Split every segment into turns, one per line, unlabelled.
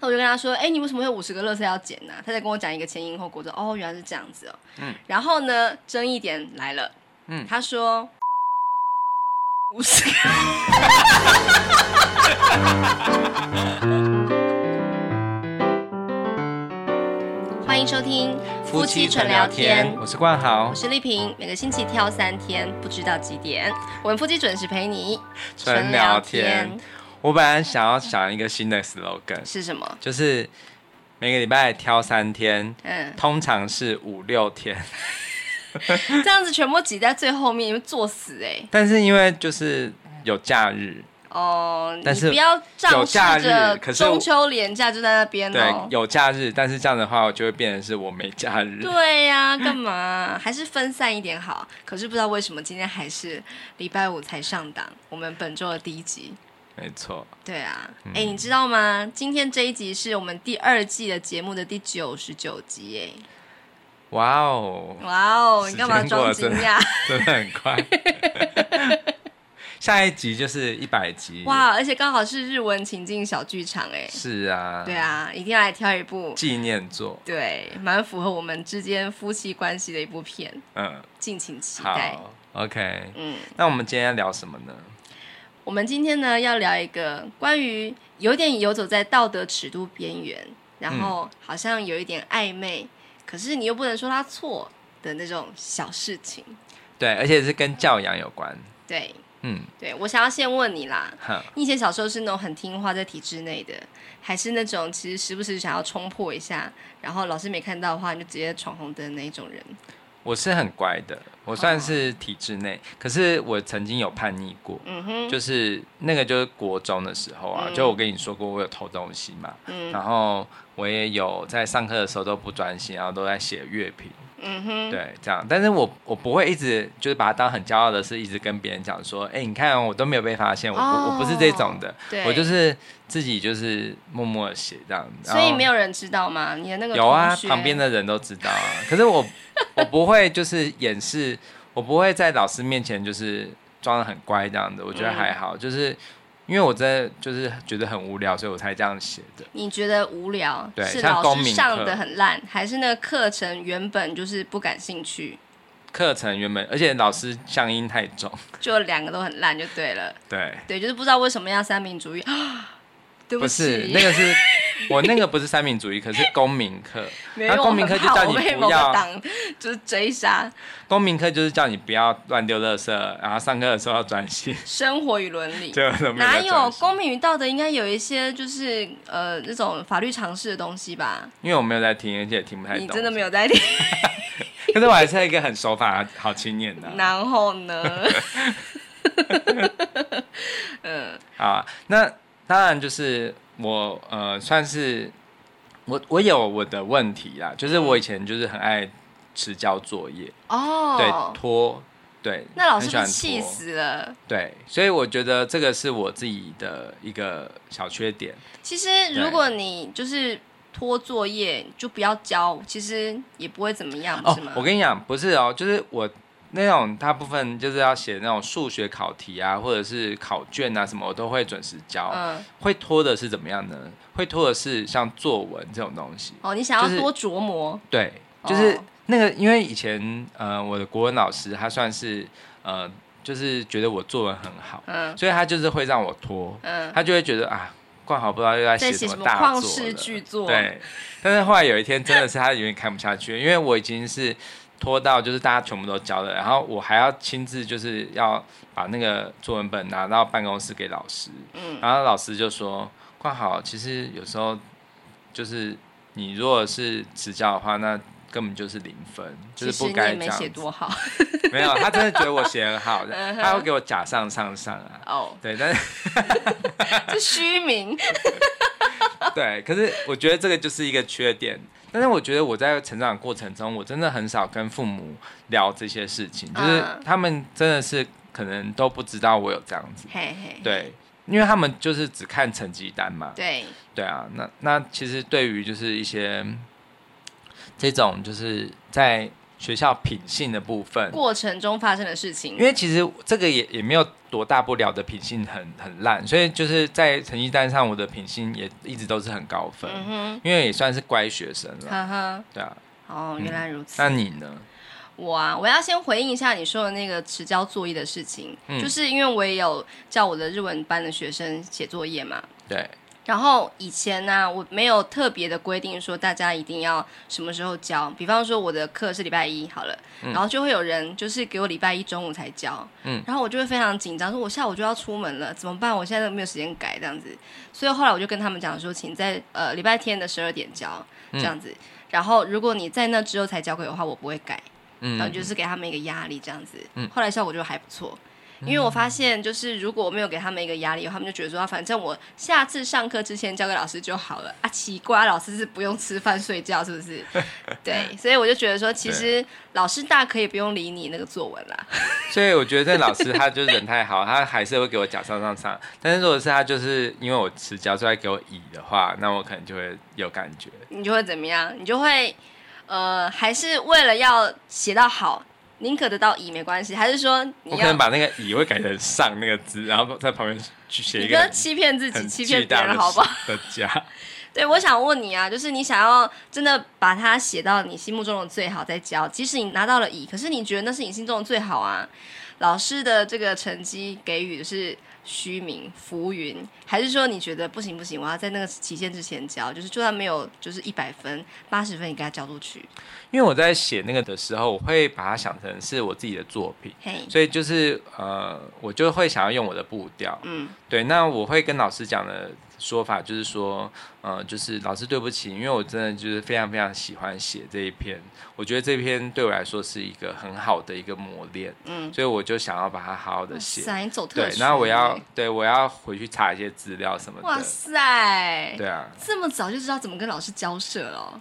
那我就跟他说，哎、你为什么会五十个垃圾要捡呢、啊他在跟我讲一个前因后果，说哦，原来是这样子哦。
嗯。
然后呢，争议点来了。
嗯
他说五十个。欢迎收听
我是冠豪
我，是丽萍，每个星期挑三天，不知道几点，我们夫妻准时陪你
纯聊天。我本来想要想一个新的 slogan，
是什么？
就是每个礼拜挑三天，
嗯，
通常是五六天，
这样子全部挤在最后面，你会作死哎、
但是因为就是有假日，
哦，
但是
你不要仗
有
势
假日
着
可是
中秋连假就在那边
对
哦，。
有假日，但是这样的话，我就会变成是我没假日。
对呀、干嘛？ 还是分散一点好。可是不知道为什么今天还是礼拜五才上档，我们本周的第一集。
没错，
对啊，
嗯
哎、你知道吗？今天这一集是我们第二季的节目的第九十九集，哎，
哇哦，
哇哦，你干嘛
时间过
装
得
惊
真的
讶？
真的很快。下一集就是一百集，！
哇，而且刚好是日文情境小剧场哎，
是啊，
对，啊，一定要来挑一部，
纪念作，
对，蛮符合我们之间夫妻关系的一部片，
嗯，
敬请期待。
好，OK。
嗯，
那我们今天要聊什么呢？
我们今天呢要聊一个关于有点游走在道德尺度边缘，然后好像有一点暧昧，可是你又不能说他错的那种小事情。
对，而且是跟教养有关。
对，
嗯，
对我想要先问你啦，
哼，
你以前小时候是那种很听话在体制内的，还是那种其实时不时想要冲破一下，然后老师没看到的话你就直接闯红灯的那一种人？
我是很乖的，我算
哦
是体制内，可是我曾经有叛逆过，
嗯哼，
就是那个就是国中的时候啊，
嗯
就我跟你说过我有偷东西嘛，
嗯
然后我也有在上课的时候都不专心，然后都在写乐评，
嗯哼，
对，这样，但是我我不会一直就是把它当很骄傲的事，一直跟别人讲说，哎、你看我都没有被发现，我不、
哦
我不是这种的，
对，
我就。是自己就是默默的写这样，然
所以
后
没有人知道吗？你的那个
有啊
同，学
旁边的人都知道啊。可是我我不会就是掩饰，我不会在老师面前就是装的很乖这样子，我觉得
嗯
还好，就是因为我真的就是觉得很无聊，所以我才这样写的。
你觉得无聊，
对
是
像
老
公
师
民
上
课
的很烂，还是那个课程原本就是不感兴趣，
课程原本，而且老师乡音太重，
就两个都很烂就对了。
对，
对，就是不知道为什么要三民主义。 对
不
起，
是那个是我那个不是三民主义，可是公民课，
没
那
有
公民课就叫你
我很怕我被
不
某个
要
党就是追杀。
公民课就是叫你不要乱丢垃圾，然后上课的时候要专心，
生活与伦理。
结果都没有
哪
在
有
专心，
公民与道德应该有一些就是呃那种法律常识的东西吧？
因为我没有在听，而且也听不太懂。
你真的没有 在听，
可是我还是一个很守法 好青年的、啊。
然后 呢？嗯，
好啊，那当然就是我呃，算是我我有我的问题啦，就是我以前就是很爱迟交作业，
哦
对，，拖，对，
那老师不
很喜欢
是气
拖，
死了。
对，所以我觉得这个是我自己的一个小缺点，
其实如果你就是拖作业，就不要交，其实也不会怎么样，不
哦
是吗，？
我跟你讲，不是哦，就是我那种大部分就是要写那种数学考题啊，或者是考卷啊什么，我都会准时交。
嗯，
会拖的是怎么样呢？会拖的是像作文这种东西。
哦，你想
就
要
是
多琢磨，
对，就是
哦
那个，因为以前呃，我的国文老师他算是呃，就是觉得我作文很好，
嗯
所以他就是会让我拖，
嗯，
他就会觉得啊，冠豪不知道又在
在
写
写
什
什么
么大
旷
作
世
了
巨作？
对，但是后来有一天真的是他有点看不 下去，因为我已经是拖到就是大家全部都交了，然后我还要亲自就是要把那个作文本拿到办公室给老师，
嗯
然后老师就说：“冠豪，其实有时候就是你如果是迟交的话，那根本就是零分，就
其
是
实
不
你
该
也
这
没
样
写
子。
多好
没有，他真的觉得我写很好，
嗯哼
他会给我假上上上啊。
哦，
对，但是
这虚 名。
对，可是我觉得这个就是一个缺点。但是我觉得我在成长过程中，我真的很少跟父母聊这些事情，就是
嗯
他们真的是可能都不知道我有这样子。
嘿嘿，
对，因为他们就是只看成绩单嘛。
对，
对啊，那那其实对于就是一些这种就是在学校品性的部分，
过程中发生的事情
因。为其实这个也也没有多大不了的品性很很烂，所以就是在成绩单上我的品性也一直都是很高分，
嗯哼，
因为也算是乖学生了。
哈哈，
对啊，
哦，原来如此。
那你呢？
我啊，我要先回应一下你说的那个迟交作业的事情，
嗯
就是因为我也有叫我的日文班的学生写作业嘛。
对，
然后以前呢、我没有特别的规定说大家一定要什么时候交，比方说我的课是礼拜一好了，然后就会有人就是给我礼拜一中午才交，
嗯
然后我就会非常紧张，说我下午就要出门了，怎么办？我现在都没有时间改这样子，所以后来我就跟他们讲说，请在呃礼拜天的十二点交这样子，然后如果你在那之后才交给我的话，我不会改。
嗯
然后就是给他们一个压力这样子。
嗯
后来效果就还不错，因为我发现就是如果我没有给他们一个压力，他们就觉得说，啊反正我下次上课之前交给老师就好了啊。奇怪，老师是不用吃饭睡觉是不是？ 对，所以我就觉得说，其实老师大可以不用理你那个作文啦。
所以我觉得这老师他就是人太好，他还是会给我讲上上上。但是如果是他就是因为我迟交，所以他给我乙的话，那我可能就会有感 觉。
你就会怎么样？你就会呃，还是为了要写到好，宁可得到乙没关系，还是说
我
你
可能
要？
把那个乙会改成上那个字，然后在旁边去写
你
一
不
个
要
很
欺骗自己，
很
欺
巨
骗别
大
人
的
好不好？
的家。
对，我想问你啊，就是你想要真的把它写到你心目中的最好再交，即使你拿到了乙，可是你觉得那是你心中的最好啊？老师的这个成绩给予的是虚名浮云，还是说你觉得不行不行，我要在那个期限之前交，就是就算没有就是一百分、八十分，你给他交出去？
因为我在写那个的时候，我会把它想成是我自己的作品，
嘿，
所以就是呃，我就会想要用我的步调。
嗯
对，那我会跟老师讲的说法就是说，呃，就是老师对不起，因为我真的就是非常非常喜欢写这一篇，我觉得这篇对我来说是一个很好的一个磨练，
嗯，
所以我就想要把它好好的
哇
写。
塞，你走特
对，
殊
那我
欸
要对我要回去查一些资料什么
哇
的。
塞，
对啊，
这么早就知道怎么跟老师交涉了哦、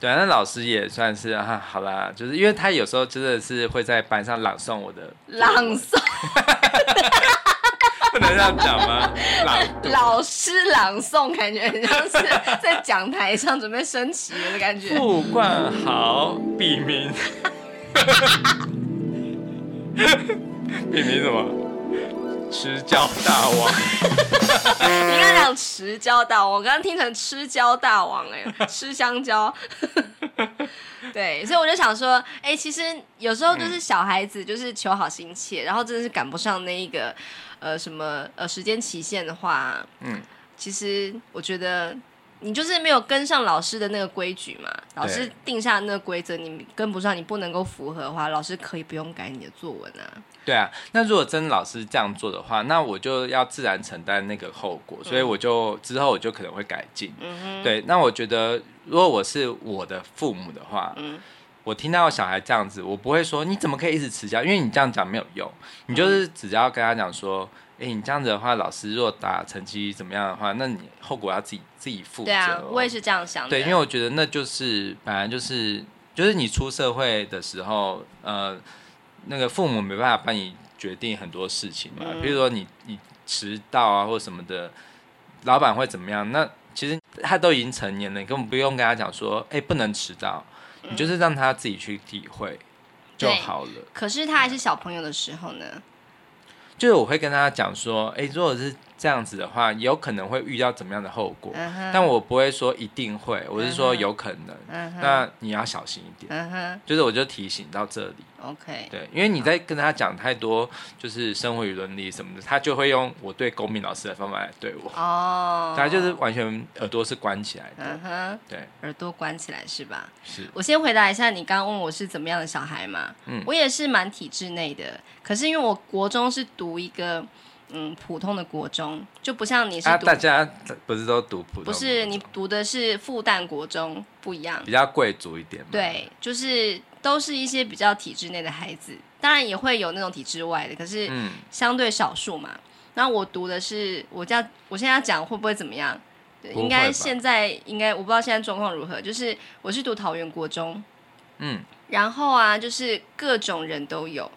对啊，那老师也算是啊，好啦，就是因为他有时候真的是会在班上朗诵我的 作
朗
文
诵
不能这样讲 吗？朗
老师朗诵，感觉很像是在讲台上准备升旗的感觉。
傅冠豪笔名， 笔名什么？迟交大王。
你刚刚讲持交大王，我刚刚听成吃交大王、 哎，吃香蕉。 对，所以我就想说，哎、其实有时候就是小孩子就是求好心切，然后真的是赶不上那一个呃什么呃时间期限的话，
嗯，
其实我觉得你就是没有跟上老师的那个规矩嘛，老师
对
定下的那个规则，你跟不上，你不能够符合的话，老师可以不用改你的作文啊。
对啊，那如果真老师这样做的话，那我就要自然承担那个后果，所以我就之后我就可能会改进。
嗯哼，
对，那我觉得如果我是我的父母的话，
嗯
我听到小孩这样子，我不会说你怎么可以一直迟交，因为你这样讲没有用，你就是
嗯
只要跟他讲说，哎、你这样子的话，老师若打成绩怎么样的话，那你后果要自己自己负责、哦
对啊，我也
是。
是这样想的。
对，因为我觉得那就是本来就是就是你出社会的时候，呃，那个父母没办法帮你决定很多事情嘛，
嗯
比如说你你迟到啊或什么的，老板会怎么样？那其实他都已经成年了，你根本不用跟他讲说，哎、不能迟到，你就是让他自己去体会就
嗯对
好了。
可是他还是小朋友的时候呢，
就是我会跟他讲说，哎、如果是这样子的话，有可能会遇到怎么样的后果，
嗯哼，
但我不会说一定会，我是
嗯
说
哼
有可能。
嗯哼，
那你要小心一点。
嗯哼
就是我就提醒到这里，
，OK，
对，因为你在跟他讲太多就是生活与伦理什么的，他就会用我对公民老师的方法来对我，
哦，
他就是，完全耳朵是关起来的
嗯，哼，
对，
耳朵关起来是吧？
是，
我先回答一下你刚刚问我是怎么样的小孩嘛，
嗯
我也是蛮体制内的，可是因为我国中是读一个嗯普通的国中，就不像你是
啊，
读，
大家不是都读普通，
不是你读的是复旦国中，不一样。
比较贵族一点嘛，，
对，就是都是一些比较体制内的孩子，当然也会有那种体制外的，可是
嗯，
相对少数嘛。然后我读的是，我叫我现在要讲会不会怎么样？对
不会
应该
吧
现在应该我不知道现在状况如何。就是我是读桃园国中，
嗯，
然后啊，就是各种人都有，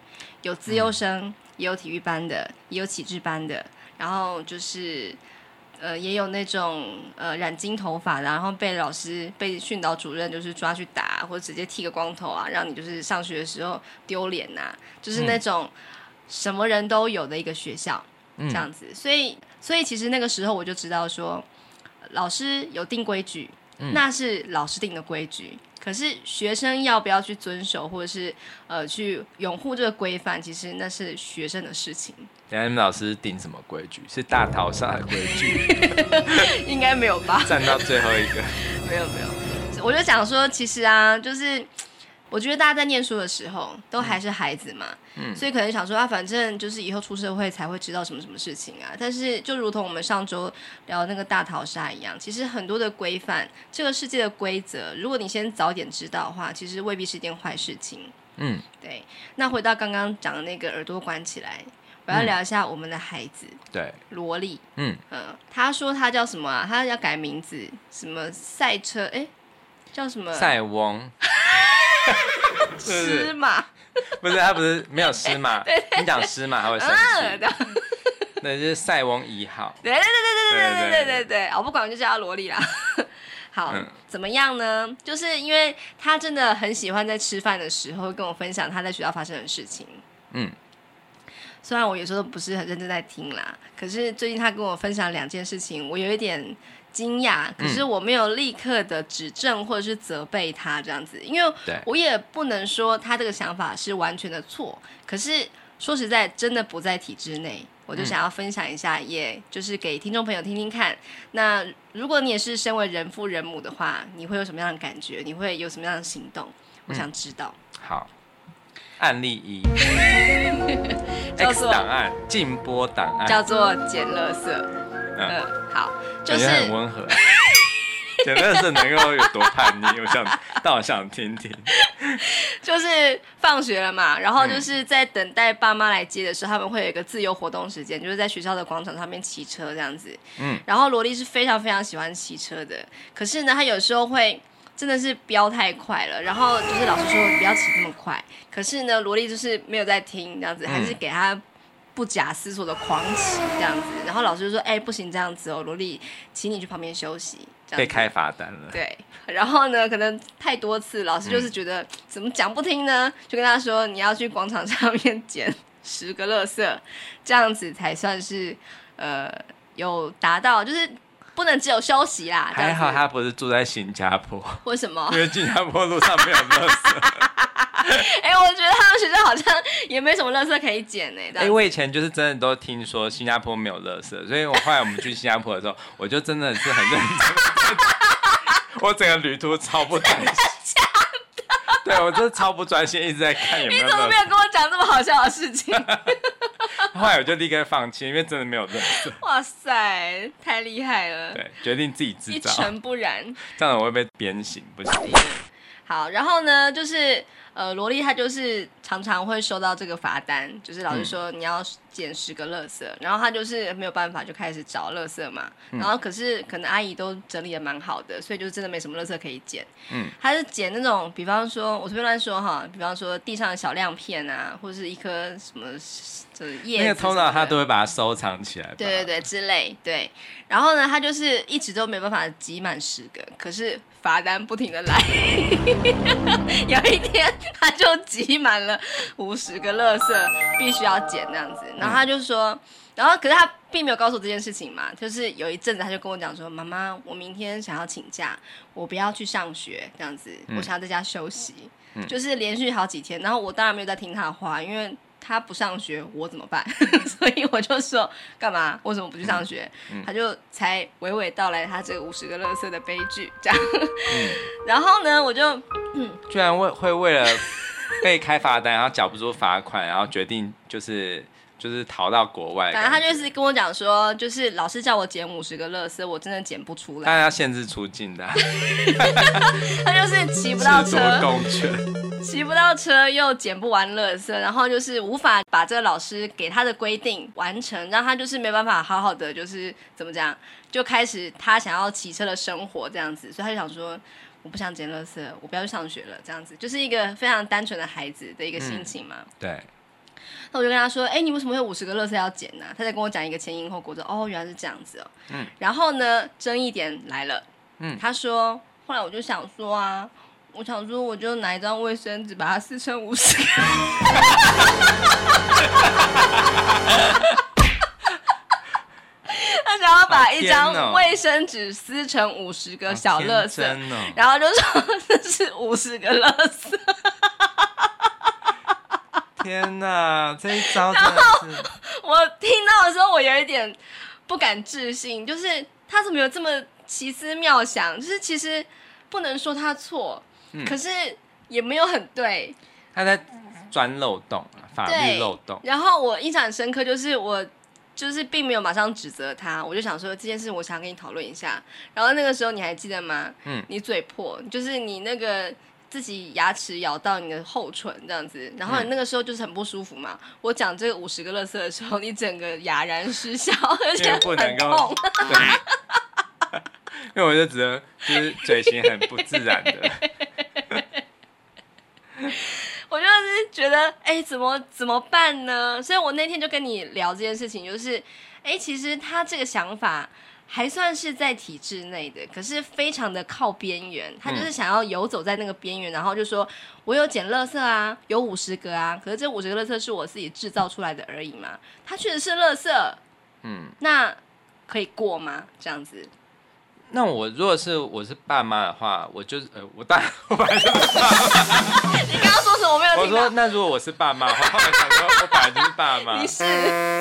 有资优生，也有体育班的，也有体制班的，然后就是呃，也有那种呃染金头发的，然后被老师被训导主任就是抓去打，或者直接剃个光头啊，让你就是上学的时候丢脸呐、就是那种什么人都有的一个学校、
嗯
这样子。所以，所以其实那个时候我就知道说，呃老师有定规矩，那是老师定的规矩。可是学生要不要去遵守，或者是呃去拥护这个规范，其实那是学生的事情，
等哎一下你们老师定什么规矩？是大逃杀的规 矩，
应该没有吧？
站到最后一个。
没有没有，我就想说，其实啊，就是我觉得大家在念书的时候都还是孩子嘛，所以可能想说啊，反正就是以后出社会才会知道什么什么事情啊。但是就如同我们上周聊那个大逃杀一样，其实很多的规范，这个世界的规则，如果你先早点知道的话，其实未必是一件坏事情。
嗯，
对。那回到刚刚讲的那个耳朵关起来，我要聊一下我们的孩子。
对，
萝莉，
嗯
嗯，他说他叫什么啊？他要改名字，什么赛车？哎、叫什么？
塞翁， 是
司马？
不是他不是没有 诗嘛？你讲诗嘛，他会生
嗯，
气。
对
那就是塞翁一号。
对对对对对对
对
对
对
对，我不管，我就叫他萝莉啦。好，
嗯
怎么样呢？就是因为他真的很喜欢在吃饭的时候跟我分享他在学校发生的事情。
嗯，
虽然我有时候不是很认真在听啦，可是最近他跟我分享两件事情，我有一点惊讶，可是我没有立刻的指正或者是责备他这样子，因为
对
我也不能说他这个想法是完全的错，可是说实在，真的不在体制内。我就想要分享一下，也就是给听众朋友听听看。那如果你也是身为人父人母的话，你会有什么样的感觉？你会有什么样的行动？我想知道。
好，案 例一
叫
，X
做
档案，禁播档案，
叫做捡垃圾。嗯，好，就
感
是
觉哎很温和。 简单是能够有多叛逆，我想，但我想听 听。
就是放学了嘛，然后
嗯
就是在等待爸妈来接的时候，他们会有一个自由活动时间，就是在学校的广场上面骑车这样子。
嗯，
然后萝莉是非常非常喜欢骑车的，可是呢，她有时候会真的是飙太快了，然后就是老师说不要骑这么快，可是呢，萝莉就是没有在听这样子，
嗯
还是给她不假思索的狂骑这样子，然后老师就说：“哎、不行这样子哦，萝莉，请你去旁边休息。”这样子
被开罚单了，
对，然后呢，可能太多次，老师就是觉
嗯
得、怎么讲不听呢，就跟他说你要去广场上面捡 十个垃圾，这样子才算是呃有达到，就是不能只有休息啦。这
还
样
好
子
他不是住在新加坡，
为什么
因？为新加坡路上没有垃圾。
哎、我觉得他们学校好像也没什么垃圾可以捡呢、这
哎、
样子
我以前就是真的都听说新加坡没有垃圾，所以我后来我们去新加坡的时候，我就真的是很认真， 我整个旅途超不专心。对，我真的超不专心，一直在看有没
你
有
怎么
垃
没
圾。
有跟我讲这么好笑的事情？
后来我就立刻放弃，因为真的没有垃圾。
哇塞，太厉害了，
对，决定自己
一
制造，
尘不染。
这样我会被鞭刑，不行。
好，然后呢，就是呃，萝莉她就是常常会收到这个罚单，就是
嗯
老师说你要捡十个垃圾，然后她就是没有办法，就开始找垃圾嘛。
嗯
然后可是可能阿姨都整理的蛮好的，所以就真的没什么垃圾可以捡。
嗯，
她是捡那种，比方说我随便乱说哈，比方说地上的小亮片啊，或是一颗什么这叶子什
那
么的。
个通常他都会把它收藏起来吧。
对对对，之类对。然后呢，他就是一直都没办法集满十个，可是罚单不停的来。 有一天，他就集满了五十个垃圾，必须要捡这样子。然
嗯
后他就说，然后可是他并没有告诉我这件事情嘛，就是有一阵子他就跟我讲说，妈妈，我明天想要请假，我不要去上学，这样子，
嗯
我想要在家休息。就是连续好几天，然后我当然没有在听他的话，因为他不上学，我怎么办？ 所以我就说干嘛？为什么不去上学？
嗯
他就才娓娓道来他这个五十个乐色的悲剧，这样。
嗯
然后呢，我就
居然为会为了被开罚单，然后缴不出罚款，然后决定就是就是逃到国外的
反
感
正
觉。
他就是跟我讲说，就是老师叫我捡五十个乐色，我真的捡不出来，
当然要限制出境的啊，
他就是骑不到
是
车
多。公权。
骑不到车，又捡不完垃圾，然后就是无法把这个老师给他的规定完成，让他就是没办法好好的，就是怎么讲，就开始他想要骑车的生活这样子，所以他就想说，我不想捡垃圾，我不要去上学了，这样子，就是一个非常单纯的孩子的一个心情嘛。
对，
那我就跟他说：“哎、你为什么会有五十个垃圾要捡呢、他在跟我讲一个前因后果，说：“哦，原来是这样子哦。”
嗯。
然后呢，争议点来了。
嗯
他说：“后来我就想说啊，我想说我就拿一张卫生纸把它撕成五十个。” 他想要把一
好天
张
哦
卫生纸撕成五十个小垃圾，
啊真哦的、
然后就说 这是五十个垃圾，
天哪，这一招真的是，
我听到的时候我有一点不敢置信，就是他怎么有这么奇思妙想？就是其实不能说他错，
嗯
可是也没有很对。
他在钻漏洞啊，法律
对
漏洞。
然后我印象很深刻，就是我就是并没有马上指责他，我就想说这件事我想跟你讨论一下。然后那个时候你还记得吗？
嗯
你嘴破，就是你那个。自己牙齿咬到你的后唇这样
嗯
子，然后你那个时候就是很不舒服嘛。我讲这个五十个乐色的时候，你整个哑然失笑，而且
因为不能
很
够
痛。
对， 因为我就只能就是嘴型很不自然的，
我就是觉得，哎、怎么怎么办呢？所以我那天就跟你聊这件事情，就是，哎、其实他这个想法还算是在体制内的，可是非常的靠边缘。他
嗯
就是想要游走在那个边缘，然后就说我有捡垃圾啊，有五十个啊，可是这五十个垃圾是我自己制造出来的而已嘛，它确实是垃圾，
嗯。
那可以过吗？这样子，
那我如果是我是爸妈的话，我就是呃，我当然我本来就
你刚刚说什么？我没有
我
听到
说，那如果我是爸妈的话，我想说我本来就是爸妈
你，是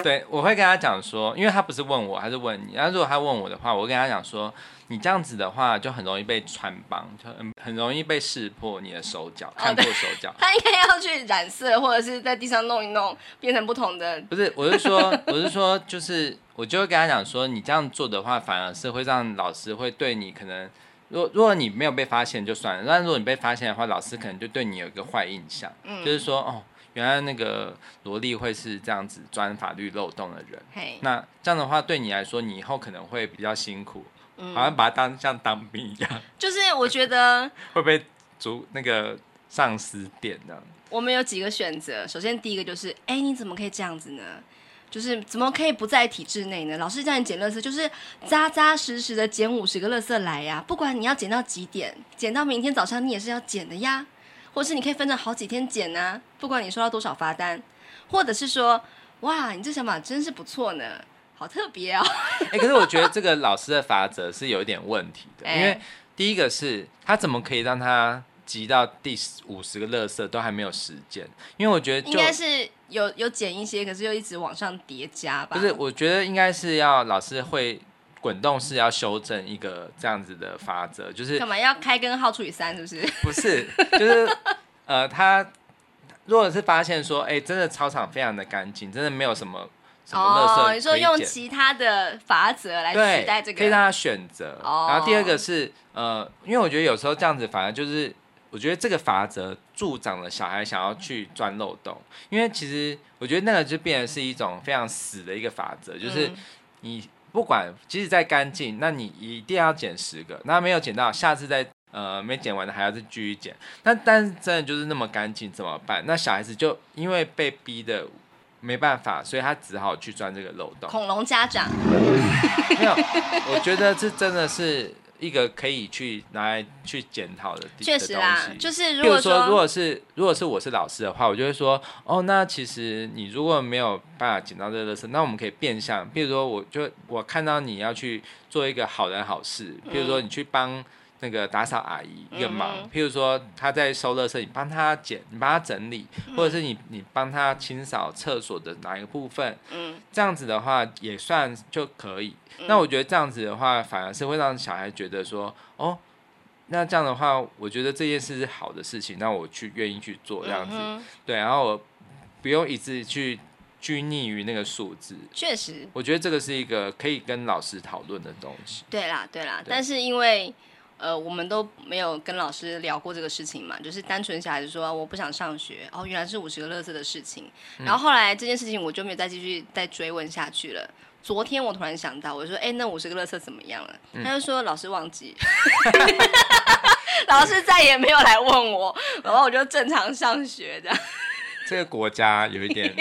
对，我会跟他讲说，因为他不是问我，他是问你。那如果他问我的话，我会跟他讲说，你这样子的话就很容易被穿帮，就很很容易被识破你的手脚，看破手脚。
他应该要去染色，或者是在地上弄一弄，变成不同的
不是，我是说，我是说，就是我就会跟他讲说，你这样做的话，反而是会让老师会对你可能，如果如果你没有被发现就算了，但如果你被发现的话，老师可能就对你有一个坏印象，就是说哦，原来那个萝莉会是这样子钻法律漏洞的人。
嘿，
那这样的话，对你来说，你以后可能会比较辛苦，
嗯
好像把他当像当兵一样，
就是我觉得
会被主那个上司点 这样。
我们有几个选择。首先第一个就是，哎、你怎么可以这样子呢？就是怎么可以不在体制内呢？老师叫你捡垃圾，就是扎扎实实的捡五十个垃圾来呀、不管你要捡到几点，捡到明天早上你也是要捡的呀。或是你可以分成好几天捡啊，不管你收到多少罚单，或者是说，哇，你这想法真是不错呢，好特别 哦。
哎、可是我觉得这个老师的法则是有一点问题的，
哎
因为第一个是他怎么可以让他集到第五十个垃圾都还没有实践？因为我觉得
应
就
该是有有减一些，可是又一直往上叠加吧。
不是，我觉得应该是要老师会滚动式要修正一个这样子的法则，就是
干嘛要开根号除以三？是不是？
不是就是呃，他如果是发现说，哎、真的操场非常的干净，真的没有什么什么垃圾可以捡、
哦，你说用其他的法则来
对，
取代这个，
可以让他选择。
哦
然后第二个是呃，因为我觉得有时候这样子反而就是，我觉得这个法则助长了小孩想要去钻漏洞，因为其实我觉得那个就变成是一种非常死的一个法则，就是
嗯
你不管即使再干净，那你一定要捡十个，那没有捡到，下次再。呃，没捡完的还要再继续捡，那但是真的就是那么干净怎么办？那小孩子就因为被逼的没办法，所以他只好去钻这个漏洞。
恐龙家长
没有，我觉得这真的是一个可以去拿来去检讨的地
确实啦
的东，西
就是如
比
果
如如果是如果是我是老师的话，我就会说，哦，那其实你如果没有办法捡到这个垃圾，那我们可以变相，比如说我就我看到你要去做一个好人好事，比如说你去帮那个打扫阿姨一个忙，
嗯
譬如说她在收垃圾，你帮她捡，你帮她整理，
嗯
或者是你你帮她清扫厕所的哪一个部分，
嗯，
这样子的话也算就可以。那我觉得这样子的话，反而是会让小孩觉得说，哦，那这样的话，我觉得这件事是好的事情，那我去愿意去做这样子。
嗯哼
对，然后我不用一直去拘泥于那个数字。
确实
我觉得这个是一个可以跟老师讨论的东西。
对啦对啦，
对
但是因为。呃，我们都没有跟老师聊过这个事情嘛，就是单纯小孩子说啊我不想上学，哦，原来是五十个乐色的事情。然后后来这件事情我就没有再继续再追问下去了。昨天我突然想到，我说，哎、那五十个乐色怎么样了？他就说老师忘记， 老师再也没有来问我，然后我就正常上学这样。
这个国家有一 点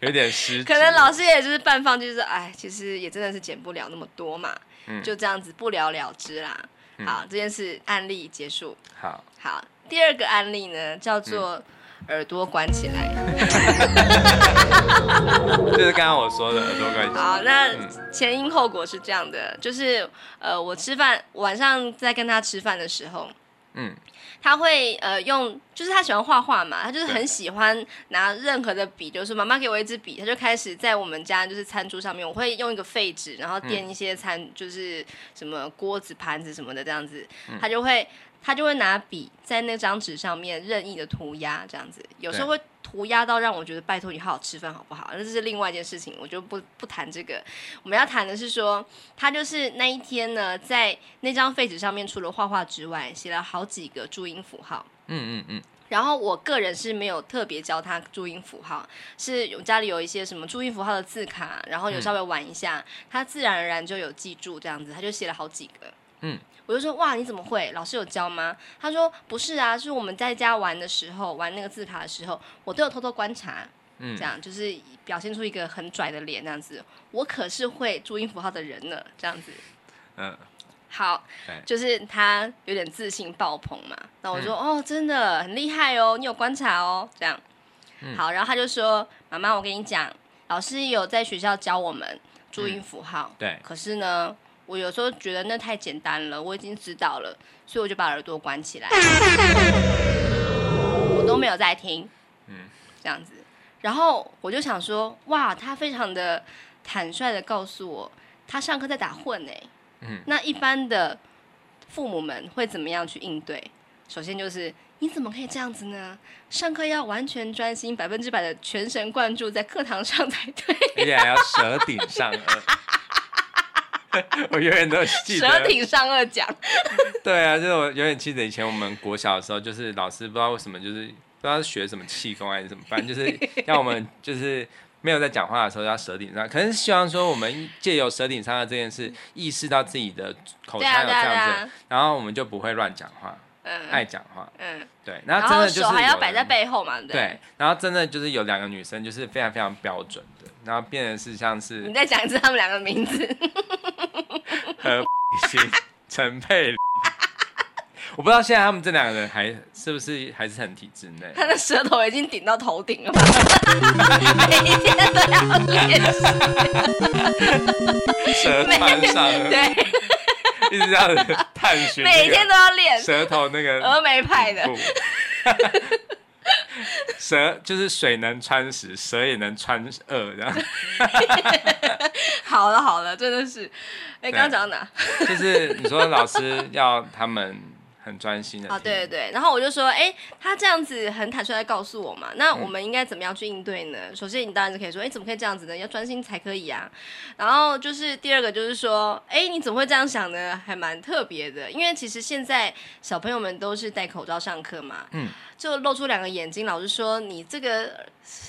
有一点失
可
职，
能老师也就是半放就是哎，其实也真的是减不了那么多嘛，
嗯
就这样子不了了之啦。
嗯
好，这件事案例结束。
好，
好，第二个案例呢叫做
嗯
耳朵关起来。
就是刚刚我说的耳朵关系。
好，那
嗯
前因后果是这样的，就是呃，我吃饭晚上在跟他吃饭的时候，
嗯，
他会呃用，就是他喜欢画画嘛，他就是
对
很喜欢拿任何的笔，就是说妈妈给我一支笔，他就开始在我们家就是餐桌上面，我会用一个废纸，然后垫一些餐，就是什么锅子、盘子什么的这样子，他就会他就会拿笔在那张纸上面任意的涂鸦，这样子，有时候会涂鸦到让我觉得拜托你好好吃饭好不好？那这是另外一件事情，我就不不谈这个。我们要谈的是说，他就是那一天呢，在那张废纸上面除了画画之外，写了好几个注音符号。
嗯嗯嗯，
然后我个人是没有特别教他注音符号，是有家里有一些什么注音符号的字卡，然后有稍微玩一下，他自然而然就有记住这样子，他就写了好几个。
嗯，
我就说哇，你怎么会？老师有教吗？他说不是啊，是我们在家玩的时候，玩那个字卡的时候，我都有偷偷观察，
嗯
这样就是表现出一个很拽的脸，这样子，我可是会注音符号的人呢，这样子。
嗯，
好
对，嗯
就是他有点自信爆棚嘛。那我说、哦，真的很厉害哦，你有观察哦，这样。
嗯
好，然后他就说：“妈妈，我跟你讲，老师有在学校教我们注音符号，
嗯对，
可是呢，我有时候觉得那太简单了，我已经知道了，所以我就把耳朵关起 来，我都没有在听，
嗯
这样子。然后我就想说，哇，他非常的坦率的告诉我，他上课在打混欸呢、
嗯
那一般的父母们会怎么样去应对？首先就是你怎么可以这样子呢？上课要完全专心，百分之百的全神贯注在课堂上才对。
而且还要舌顶上 颚。我永远都记得，
舌挺上颚讲，
对啊，就是我永远记得以前我们国小的时候，就是老师不知道为什么，就是不知道是学什么气功还是什么，反正就是 让我们就是没有在讲话的时候要舌顶上，可能是希望说我们借由舌顶上的这件事，意识到自己的口
对啊
腔有
对
这
啊
样
对
子，
啊，
然后我们就不会乱讲话，爱
嗯
讲话。
嗯，
对，
然
然后啊真
后
的就是
手还要
有
摆在
人
背后嘛，对不
对
对？，
然后真的就是有两个女生就是非常非常标准的，然后变成是像是
你再讲一次他们两个名字，
和星 陈佩玲。我不知道现在他们这两个人还是不是还是很体制内，
他的舌头已经顶到头顶 了吧？每一天都要练习，
舌
每
穿
天
上，
对，
一直这样子探寻
每
那
天
个
都要哦练
舌头那个
峨眉派的，
部。舌就是水能穿石，舌也能穿颚，这样
好了好了，真的是，哎，
对
刚刚讲到哪？
就是你说老师要他们很专心的
啊，对对对，然后我就说，哎，他这样子很坦率的告诉我嘛，那
嗯
我们应该怎么样去应对呢？首先，你当然是可以说，哎，怎么可以这样子呢？要专心才可以啊。然后就是第二个就是说，哎，你怎么会这样想呢？还蛮特别的，因为其实现在小朋友们都是戴口罩上课嘛，
嗯，
就露出两个眼睛，老师说你这个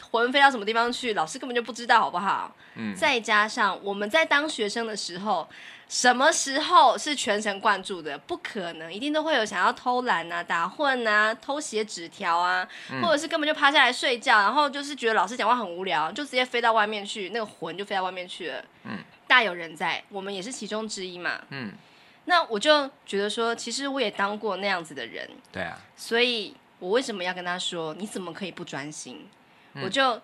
魂飞到什么地方去，老师根本就不知道，好不好？
嗯
再加上我们在当学生的时候，什么时候是全神贯注的？不可能，一定都会有想要偷懒啊、打混啊、偷写纸条啊，
嗯
或者是根本就趴下来睡觉，然后就是觉得老师讲话很无聊，就直接飞到外面去，那个魂就飞到外面去了。
嗯，
大有人在，我们也是其中之一嘛。
嗯，
那我就觉得说，其实我也当过那样子的人，
对啊，
所以我为什么要跟他说你怎么可以不专心？
嗯
我就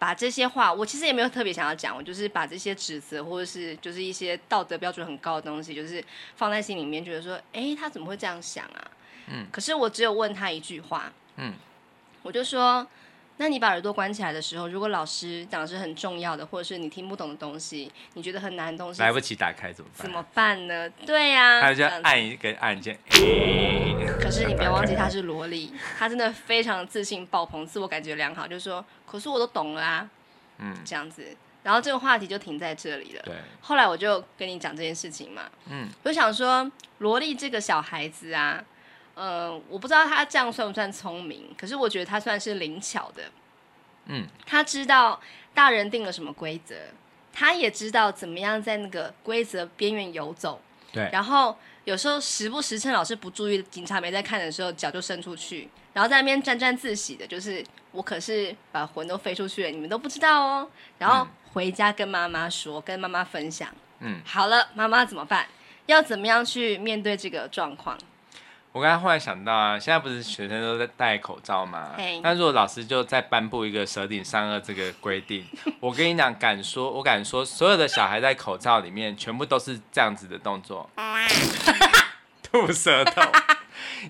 把这些话，我其实也没有特别想要讲，我就是把这些指责或者是就是一些道德标准很高的东西，就是放在心里面，觉得说，哎、他怎么会这样想啊？
嗯，
可是我只有问他一句话，
嗯，
我就说。那你把耳朵关起来的时候，如果老师讲的是很重要的，或者是你听不懂的东西，你觉得很难的东西，
来不及打开怎么
怎
办？
么办呢？对呀、
他就
这样子
按一个按键，
可是你不要忘记他是萝莉，他真的非常自信爆棚，自我感觉良好，就说：“可是我都懂了啊。”
嗯，
这样子，然后这个话题就停在这里了。
对，
后来我就跟你讲这件事情嘛，
嗯，
我想说萝莉这个小孩子啊，呃，我不知道他这样算不算聪明，可是我觉得他算是灵巧的，
嗯，
他知道大人定了什么规则，他也知道怎么样在那个规则边缘游走，
对
然后有时候时不时趁老师不注意，警察没在看的时候，脚就伸出去，然后在那边沾沾自喜的，就是我可是把魂都飞出去了，你们都不知道哦。然后回家跟妈妈说，跟妈妈分享。
嗯，
好了，妈妈怎么办？要怎么样去面对这个状况？
我刚才忽然想到啊，现在不是学生都在戴口罩吗
嘿？
那如果老师就再颁布一个舌顶上颚这个规定，我跟你讲，敢说，我敢说，所有的小孩在口罩里面全部都是这样子的动作， 吐舌头。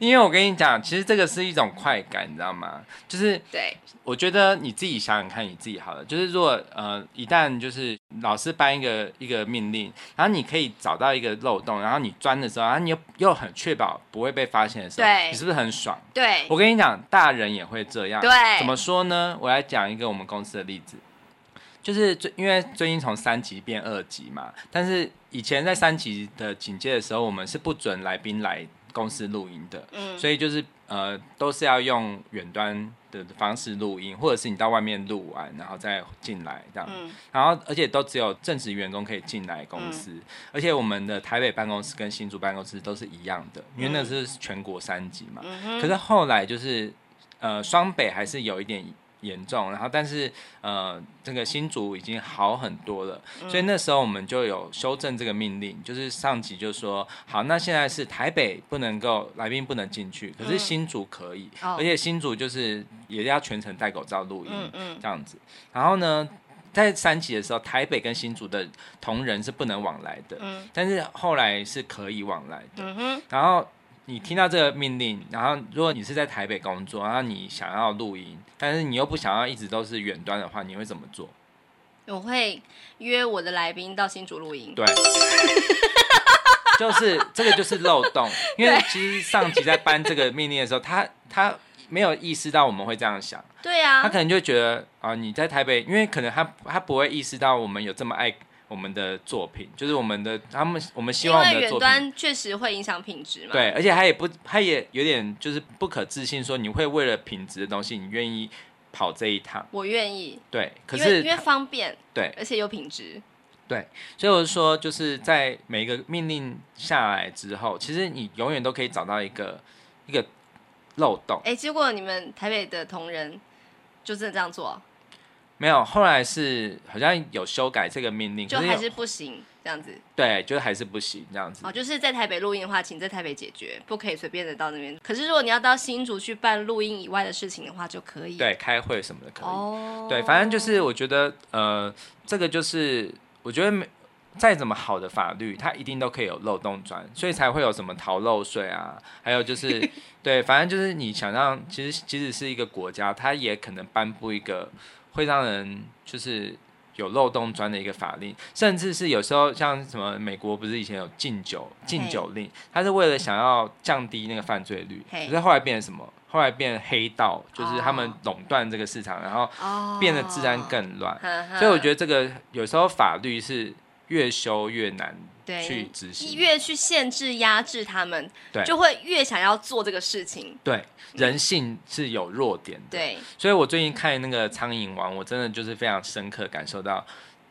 因为我跟你讲，其实这个是一种快感，你知道吗？就是
对，
我觉得你自己想想看，你自己好了。就是如果呃，一旦就是老师颁一个一个命令，然后你可以找到一个漏洞，然后你钻的时候，然后你又又很确保不会被发现的时候，
对
你是不是很爽？
对，
我跟你讲，大人也会这样。
对
怎么说呢？我来讲一个我们公司的例子，就是最因为最近从三级变二级嘛，但是以前在三级的警戒的时候，我们是不准来宾来公司录音的，
嗯
所以就是呃都是要用远端的方式录音，或者是你到外面录完然后再进来这样。
嗯
然后而且都只有正职员工可以进来公司，而且我们的台北办公室跟新竹办公室都是一样的，因为那是全国三级嘛。
嗯
可是后来就是呃，双北还是有一点严重，然后但是呃，这个新竹已经好很多了，
嗯
所以那时候我们就有修正这个命令，就是上级就说好，那现在是台北不能够来宾不能进去，可是
嗯
新竹可以，
哦
而且新竹就是也要全程戴口罩录音，
嗯嗯，
这样子。然后呢，在三级的时候，台北跟新竹的同仁是不能往来的，
嗯
但是后来是可以往来的。
嗯哼，
然后你听到这个命令，然后如果你是在台北工作，然后你想要录音，但是你又不想要一直都是远端的话，你会怎么做？
我会约我的来宾到新竹录音。
对。就是这个就是漏洞，因为其实上级在颁这个命令的时候，他他没有意识到我们会这样想，
对啊，
他可能就觉得啊、你在台北，因为可能他他不会意识到我们有这么爱我们的作品，就是我们的他们，我们希望我
因
们
为
的
远
作品。
端确实会影响品质嘛。
对，而且他也不，他也有点就是不可置信，说你会为了品质的东西，你愿意跑这一趟。
我愿意，
对，可
因为
是哎
因为方便，
对，
而且有品质。
所以我是说，就是在每一个命令下来之后，其实你永远都可以找到一个一个漏洞。
哎、结果你们台北的同仁就真的这样做啊，
没有，后来是好像有修改这个命令，
就
可
还
有
是不行这样子。
对，就还是不行这样子。
哦，就是在台北录音的话，请在台北解决，不可以随便的到那边。可是如果你要到新竹去办录音以外的事情的话，就可以。，
对，开会什么的可以。
哦，
对，反正就是我觉得，呃，这个就是我觉得没再怎么好的法律，它一定都可以有漏洞钻，所以才会有什么逃漏税啊，还有就是 对，反正就是你想让，其实即使是一个国家，它也可能颁布一个会让人就是。有漏洞钻的一个法令，甚至是有时候像什么美国不是以前有禁酒禁
嘿
酒令，它是为了想要降低那个犯罪率，
嘿
可是后来变成什么？后来变黑道，就是他们
哦
垄断这个市场，然后
哦
变得治安，更乱。
所
所以我
嗯
觉得这个有时候法律是越修越难
对
去执行。
越去限制压制他们，
对
就会越想要做这个事情。
对，人性是有弱点的。
对，
所以我最近看那个《苍蝇王》，我真的就是非常深刻感受到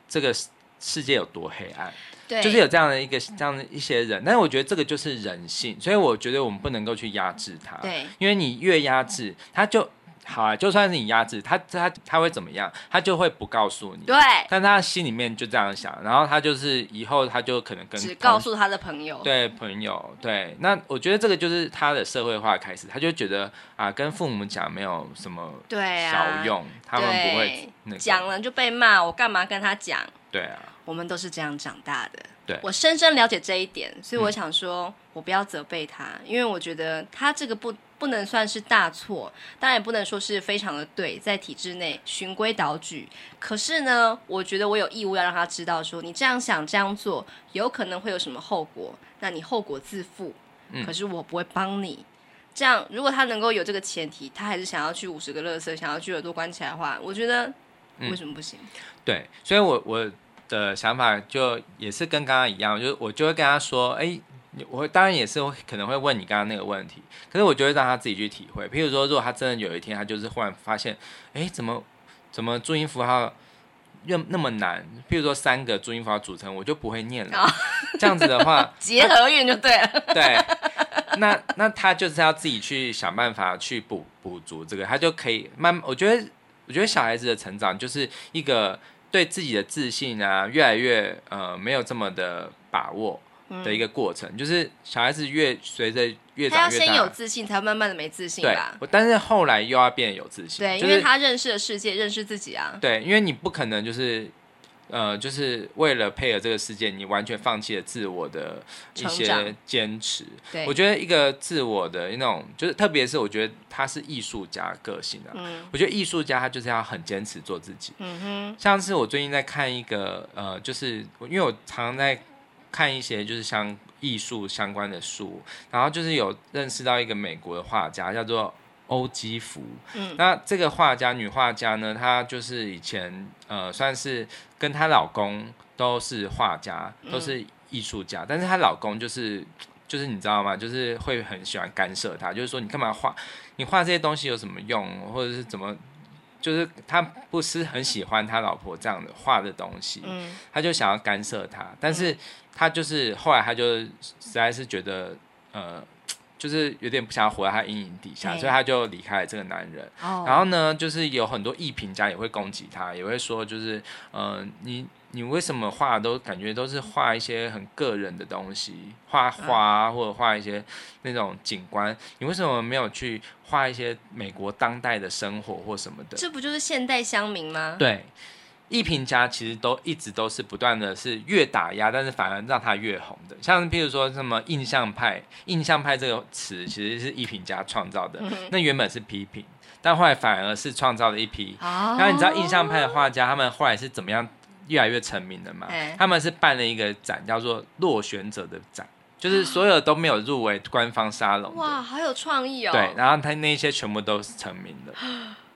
这个世世界有多黑暗，
对，
就是有这样的一个这样的一些人。但是我觉得这个就是人性，所以我觉得我们不能够去压制它。
对，
因为你越压制，他就好啊，就算是你压制他，他他会怎么样？他就会不告诉你。
对，
但他心里面就这样想，然后他就是以后他就可能跟
只
同
告诉他的朋友。
对朋友对，那我觉得这个就是他的社会化开始，他就觉得啊，跟父母讲没有什么
对啊，
小用，他们不会那个
讲了就被骂，我干嘛跟他讲？
对啊，
我们都是这样长大的。
对嗯
我深深了解这一点，所以我想说，我不要责备他，因为我觉得他这个不不能算是大错，当然也不能说是非常的对，在体制内循规蹈矩。可是呢，我觉得我有义务要让他知道说你这样想这样做，有可能会有什么后果，那你后果自负。
嗯
可是我不会帮你。这样，如果他能够有这个前提，他还是想要去五十个乐色，想要去耳朵关起来的话，我觉得
嗯
为什么不行？
对，所以我我的想法就也是跟刚刚一样，就是我就会跟他说，哎、你我当然也是会可能会问你刚刚那个问题，可是我就会让他自己去体会。譬如说，如果他真的有一天他就是忽然发现，哎、怎么怎么注音符号又那么难，譬如说三个注音符号组成，我就不会念了。
哦
这样子的话，
结合韵就对了。
对，那那他就是要自己去想办法去补补足这个，他就可以慢。我觉得，我觉得小孩子的成长就是一个对自己的自信啊，越来越呃没有这么的把握的一个过程。就是小孩子越随着越
嗯他要
长越
先有
大，
自信，才慢慢的没自信
对
吧，？
我但是后来又要变得有自信，
对，
就
因为
是
他认识了世界，认识自己啊。
对，因为你不可能就是。呃，就是为了配合这个世界，你完全放弃了自我的一
成长
些坚持。
对，
我觉得一个自我的那种，就是特别是我觉得他是艺术家个性啊。
嗯
我觉得艺术家他就是要很坚持做自己。
嗯哼，
像是我最近在看一个呃，就是因为我常常在看一些就是像艺术相关的书，然后就是有认识到一个美国的画家叫做欧基福。
嗯
那这个画家女画家呢，她就是以前呃算是跟她老公都是画家，都是艺术家，但是她老公就是。就是你知道吗？就是会很喜欢干涉她，就是说你干嘛画，你画这些东西有什么用，或者是怎么，就是他不是很喜欢他老婆这样的画的东西，
嗯
他就想要干涉他，但是他就是后来他就实在是觉得呃，就是有点不想活在他阴影底下，
对
所以他就离开了这个男人。
哦，
然后呢，就是有很多艺评家也会攻击他，也会说就是，呃，你你为什么画都感觉都是画一些很个人的东西，画
嗯
花啊或者画一些那种景观，你为什么没有去画一些美国当代的生活或什么的？
这不就是现代乡民吗？
对，艺评家其实都一直都是不断的是越打压，但是反而让他越红的。像譬如说什么印象派，印象派这个词其实是艺评家创造
嗯
的，那原本是批评，但后来反而是创造了一批。
哦，
然后你知道印象派的画家他们后来是怎么样越来越成名的吗
哎？
他们是办了一个展叫做“落选者”的展，就是所有都没有入围官方沙龙的。
哇，好有创意哦。
对，然后他那些全部都是成名的，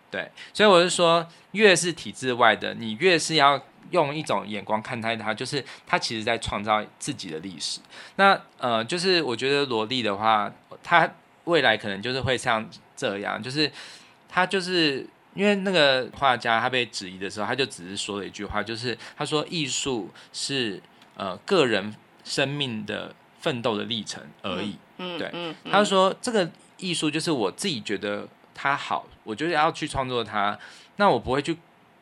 对，所以我是说，越是体制外的，你越是要用一种眼光看待他，就是他其实在创造自己的历史。那呃，就是我觉得萝莉的话，她未来可能就是会像这样，就是她就是。因为那个画家他被质疑的时候，他就只是说了一句话，就是他说艺术是呃个人生命的奋斗的历程而已。
嗯，
对
嗯，嗯
他说这个艺术就是我自己觉得它好，我就是要去创作它，那我不会去，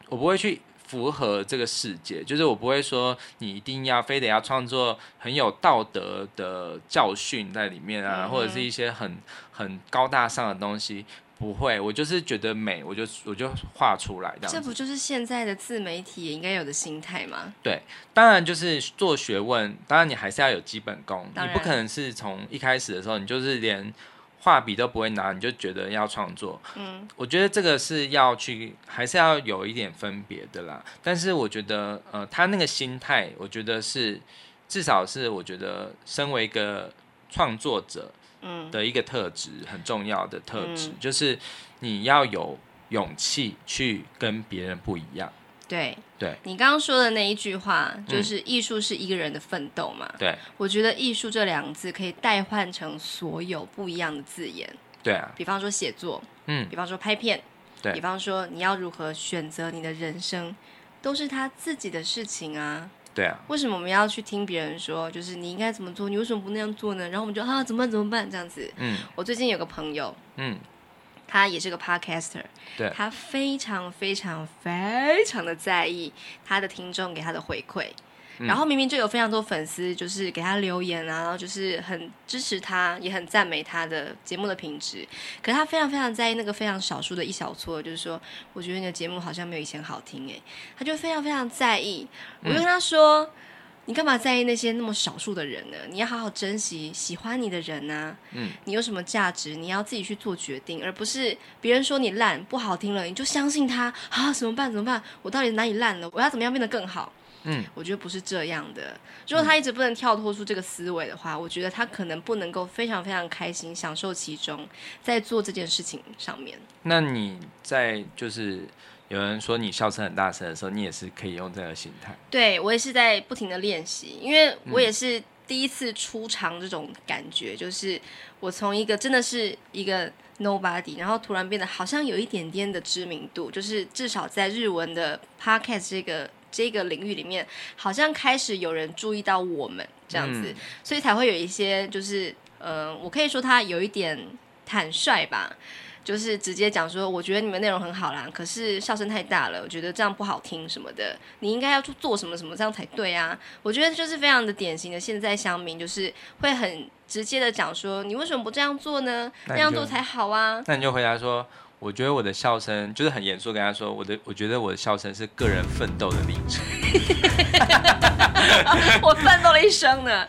我不会去符合这个世界，就是我不会说你一定要非得要创作很有道德的教训在里面
嗯
啊，
哼
或者是一些很很高大上的东西。不会，我就是觉得美，我就我就画出来这
嗯
样
这
子。
不就是现在的自媒体也应该有的心态吗？嗯
当然就是做学问，当然你还是要有基本功，
当
你
然
不可能是从一开始的时候你就是连画笔都不会拿，你就觉得要创作。
嗯，
我觉得这个是要去，还是要有一点分别的啦。但是我觉得，呃，他那个心态，我觉得是至少是我觉得身为一个创作者
嗯
的一个特质很重要的特质，
嗯
就是你要有勇气去跟别人不一样。
对。
对
你刚刚说的那一句话，
嗯
就是艺术是一个人的奋斗嘛？
对
我觉得“艺术”这两个字可以代换成所有不一样的字眼，
对啊，
比方说写作，
嗯
比方说拍片，
对
比方说你要如何选择你的人生，都是他自己的事情啊。
对啊。
为什么我们要去听别人说，就是你应该怎么做，你为什么不那样做呢？然后我们就啊，怎么办？怎么办？这样子。
嗯
我最近有个朋友，
嗯，
他也是个 podcaster，
对
他非常非常非常的在意他的听众给他的回馈。然后明明就有非常多粉丝，就是给他留言啊，然后就是很支持他，也很赞美他的节目的品质。可是他非常非常在意那个非常少数的一小撮，就是说，我觉得你的节目好像没有以前好听诶，他就非常非常在意。我就跟他说，你干嘛在意那些那么少数的人呢？你要好好珍惜喜欢你的人啊呐、
嗯，
你有什么价值，你要自己去做决定，而不是别人说你烂不好听了，你就相信他啊？怎么办？怎么办？我到底哪里烂了？我要怎么样变得更好？
嗯，
我觉得不是这样的。如果他一直不能跳脱出这个思维的话，我觉得他可能不能够非常非常开心享受其中，在做这件事情上面。
那你在就是有人说你笑声很大声的时候，你也是可以用这个心态。
对我也是在不停的练习，因为我也是第一次出场这种感觉，就是我从一个真的是一个 nobody，然后突然变得好像有一点点的知名度，就是至少在日文的 podcast 这个这个领域里面，好像开始有人注意到我们这样
嗯
子，所以才会有一些就是，呃，我可以说他有一点坦率吧，就是直接讲说，我觉得你们内容很好啦，可是笑声太大了，我觉得这样不好听什么的，你应该要去做什么什么，这样才对啊。我觉得就是非常的典型的现在乡民，就是会很直接的讲说，你为什么不这样做呢？
那
那
你
样
就
做才好啊。
那你就回答说，我觉得我的笑声就是很严肃跟他说，我的我觉得我的笑声是个人奋斗的历程。
我奋斗了一生呢。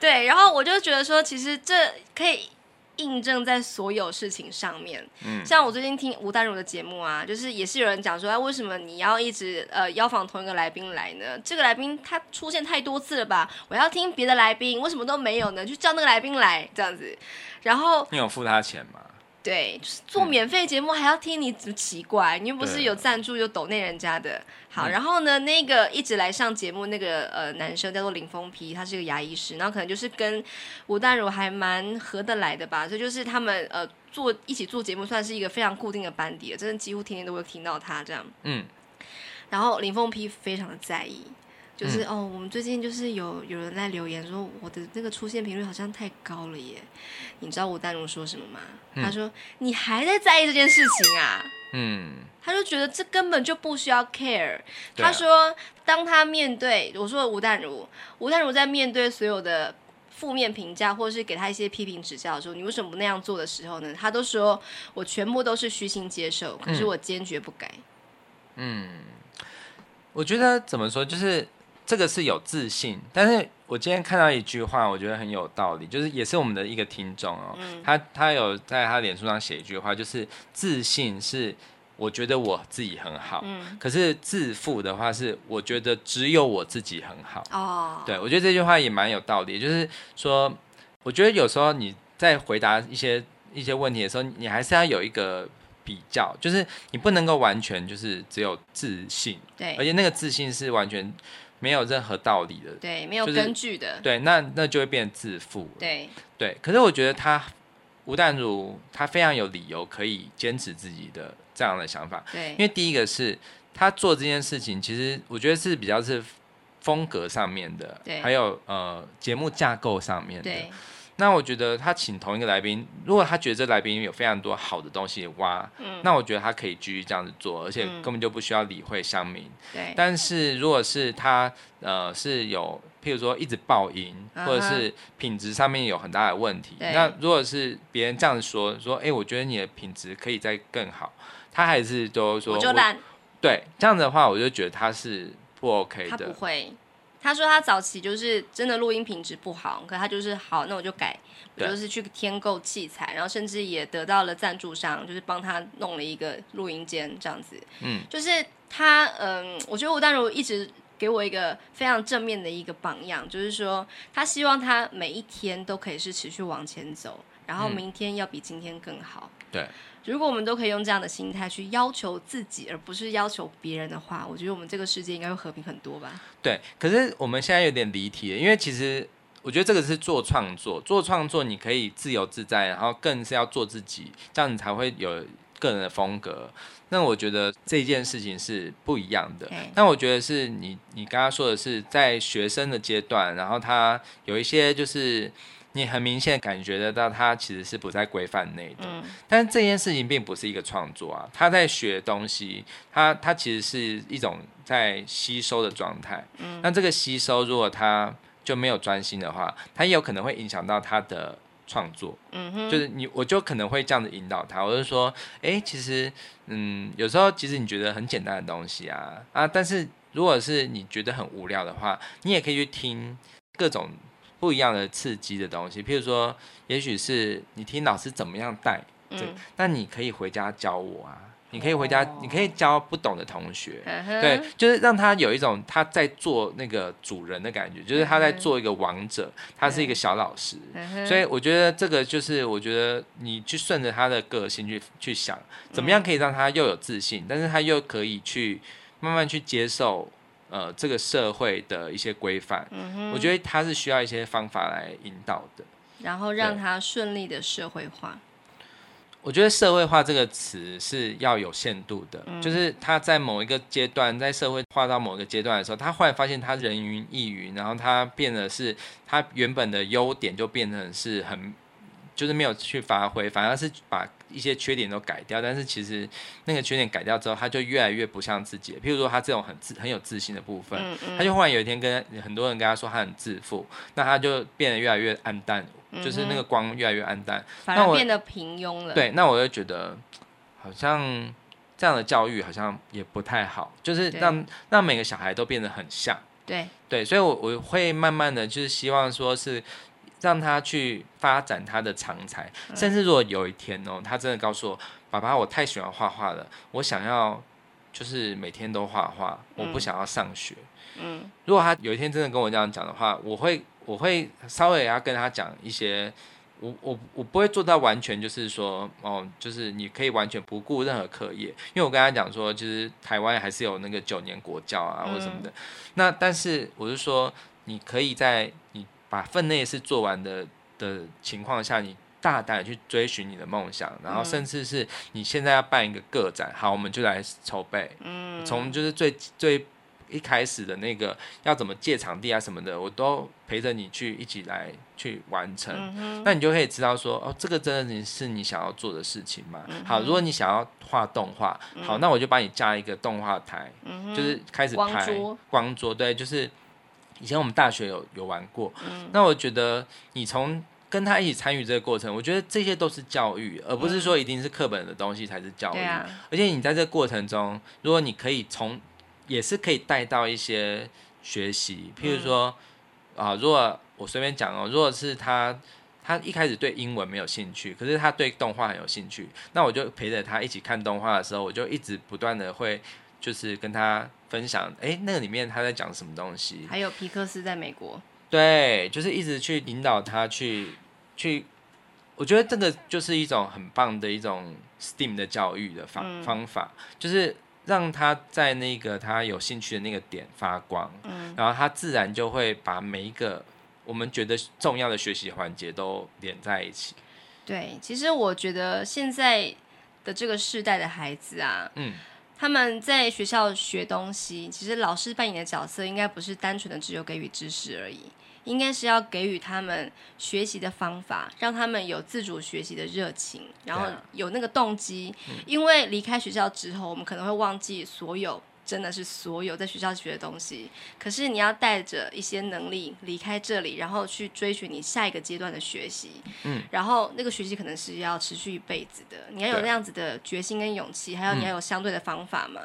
对，然后我就觉得说，其实这可以印证在所有事情上面。
嗯
像我最近听吴淡如的节目啊，就是也是有人讲说，哎，为什么你要一直呃邀访同一个来宾来呢？这个来宾他出现太多次了吧？我要听别的来宾，为什么都没有呢？就叫那个来宾来这样子。然后
你有付他钱吗？
对，就是做免费节目还要听你，怎么奇怪？你又不是
对
有赞助有抖内人家的。好，
嗯
然后呢，那个一直来上节目那个呃男生叫做林峰皮，他是个牙医师，然后可能就是跟吴淡如还蛮合得来的吧，所以就是他们呃做一起做节目，算是一个非常固定的班底了，真的几乎天天都会听到他这样。
嗯，
然后林凤批非常的在意，就是、
嗯
哦，我们最近就是有有人在留言说我的那个出现频率好像太高了耶。你知道吴淡如说什么吗？他说你还在在意这件事情啊？
嗯，
他就觉得这根本就不需要 care。
对啊
他说，当他面对我说吴淡如，吴淡如在面对所有的负面评价或者是给他一些批评指教的时候，你为什么不那样做的时候呢？他都说我全部都是虚心接受，可是
嗯
我坚决不改。
我觉得怎么说，就是这个是有自信，但是我今天看到一句话，我觉得很有道理，就是也是我们的一个听众哦，他他有在他脸书上写一句话，就是自信是我觉得我自己很好，
嗯
可是自负的话是我觉得只有我自己很好。
哦，
对，我觉得这句话也蛮有道理，就是说，我觉得有时候你在回答一些一些问题的时候，你还是要有一个比较，就是你不能够完全就是只有自信，
对
而且那个自信是完全没有任何道理的。
对，没有
就是
根据的。
对，那那就会变自负。
对
对，可是我觉得他吴淡如他非常有理由可以坚持自己的这样的想法，
对
因为第一个是他做这件事情，其实我觉得是比较是风格上面的
对，
还有呃节目架构上面的。
对
那我觉得他请同一个来宾，如果他觉得这来宾有非常多好的东西挖，
嗯
那我觉得他可以继续这样子做，而且
嗯
根本就不需要理会乡民。
对
但是如果是他呃是有，譬如说一直爆音，
嗯哼
或者是品质上面有很大的问题，
对
那如果是别人这样说说，哎、我觉得你的品质可以再更好，他还是都说
我就烂，
对，这样子的话，我就觉得他是不 OK
他不
的。
会。他说他早期就是真的录音品质不好，可他就是好，那我就改，我
对
就是去添购器材，然后甚至也得到了赞助商，就是帮他弄了一个录音间这样子。
嗯，
就是他，嗯，我觉得吴淡如一直给我一个非常正面的一个榜样，就是说他希望他每一天都可以是持续往前走，然后
嗯
明天要比今天更好。
对，
如果我们都可以用这样的心态去要求自己，而不是要求别人的话，我觉得我们这个世界应该会和平很多吧。
对，可是我们现在有点离题了，因为其实我觉得这个是做创作，做创作你可以自由自在，然后更是要做自己，这样你才会有个人的风格。那我觉得这件事情是不一样的
对。
但我觉得是你你刚刚说的是在学生的阶段，然后他有一些就是你很明显感觉得到他其实是不在规范内的。
嗯，
但是这件事情并不是一个创作啊，他在学东西，他他其实是一种在吸收的状态。
嗯
那这个吸收如果他就没有专心的话，他也有可能会影响到他的创作。
嗯哼，
就是你，我就可能会这样子引导他，我就说，哎、其实，嗯，有时候其实你觉得很简单的东西啊，啊，但是如果是你觉得很无聊的话，你也可以去听各种不一样的刺激的东西，譬如说，也许是你听老师怎么样带，这
嗯，哦
那你可以回家教我啊，你可以回家，你可以教不懂的同学。
嗯哼
对，，就是让他有一种他在做那个主人的感觉，就是他在
嗯
做一个王者，他是一个小老师，
嗯哼
所以我觉得这个就是，我觉得你去顺着他的个性去去想，怎
嗯
么样可以让他又有自信，但是他又可以去慢慢去接受呃这个社会的一些规范。
嗯哼，
我觉得他是需要一些方法来引导的。
然后让
对
他顺利的社会化。
我觉得社会化这个词是要有限度的，就是他在某一个阶段，在社会化到某一个阶段的时候，他忽然发现他人云亦云，然后他变得是他原本的优点就变成是很，就是没有去发挥，反而是把一些缺点都改掉。但是其实那个缺点改掉之后，他就越来越不像自己了。譬如说他这种很自很有自信的部分，
嗯嗯，
他就忽然有一天跟很多人跟他说他很自负，那他就变得越来越暗淡，
嗯
就是那个光越来越暗淡。
反
那
而
我
变得平庸了。，
对，那我就觉得好像这样的教育好像也不太好，就是
对
让让每个小孩都变得很像。
对，
对，所以我我会慢慢的就是希望说是让他去发展他的长才，甚至如果有一天哦，他真的告诉我，爸爸，我太喜欢画画了，我想要就是每天都画画，我不
嗯
想要上学。
嗯
如果他有一天真的跟我这样讲的话，我会我会稍微要跟他讲一些，我我我不会做到完全就是说哦，就是你可以完全不顾任何课业，因为我跟他讲说，就是台湾还是有那个九年国教啊
嗯
或什么的。那但是我是说，你可以在你把分内事做完的的情况下，你。大胆地去追寻你的梦想，然后
嗯
甚至是你现在要办一个个展，好，我们就来筹备，
嗯，
从就是最最一开始的那个要怎么借场地啊什么的，我都陪着你去一起来去完成。
嗯哼，
那你就可以知道说，哦，这个真的是你想要做的事情吗？
嗯
好，如果你想要画动画，好，那我就帮你架一个动画台，
嗯哼
就是开始拍
光桌
光桌，对，就是以前我们大学有有玩过。
嗯
那我觉得你从跟他一起参与这个过程，我觉得这些都是教育，而不是说一定是课本的东西才是教育。
嗯对啊，
而且你在这个过程中，如果你可以从，也是可以带到一些学习，譬如说，啊、如果我随便讲哦，如果是他他一开始对英文没有兴趣，可是他对动画很有兴趣，那我就陪着他一起看动画的时候，我就一直不断的会就是跟他分享，哎、那个里面他在讲什么东西，
还有皮克斯在美国，
对，就是一直去引导他去去，我觉得这个就是一种很棒的一种 STEAM 的教育的方、
嗯
方法，就是让他在那个他有兴趣的那个点发光，
嗯
然后他自然就会把每一个我们觉得重要的学习环节都连在一起。
对，其实我觉得现在的这个世代的孩子啊，
嗯，
他们在学校学东西，其实老师扮演的角色应该不是单纯的只有给予知识而已，应该是要给予他们学习的方法，让他们有自主学习的热情，然后
对啊
有那个动机。因为离开学校之后，我们可能会忘记所有。真的是所有在学校学的东西，可是你要带着一些能力离开这里，然后去追寻你下一个阶段的学习。
嗯，
然后那个学习可能是要持续一辈子的，你要有
对
那样子的决心跟勇气，还有
嗯
你要有相对的方法嘛。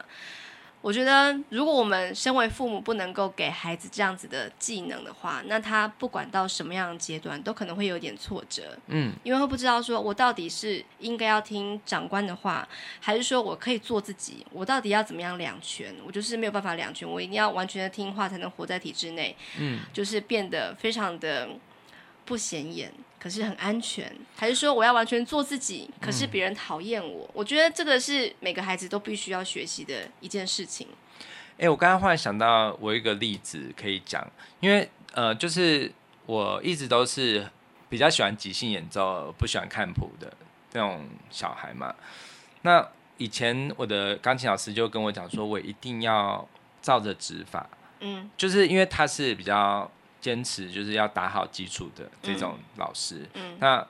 我觉得，如果我们身为父母不能够给孩子这样子的技能的话，那他不管到什么样的阶段，都可能会有点挫折，
嗯，
因为会不知道说我到底是应该要听长官的话，还是说我可以做自己，我到底要怎么样两全？我就是没有办法两全，我一定要完全的听话才能活在体制内，
嗯，
就是变得非常的不显眼。可是很安全，还是说我要完全做自己？可
嗯
是别人讨厌我，我觉得这个是每个孩子都必须要学习的一件事情。
哎、我刚刚忽然想到，我有一个例子可以讲，因为呃，就是我一直都是比较喜欢即兴演奏，不喜欢看谱的那种小孩嘛。那以前我的钢琴老师就跟我讲说，我一定要照着指法，
嗯
就是因为他是比较坚持，就是要打好基础的这种老师。
嗯
那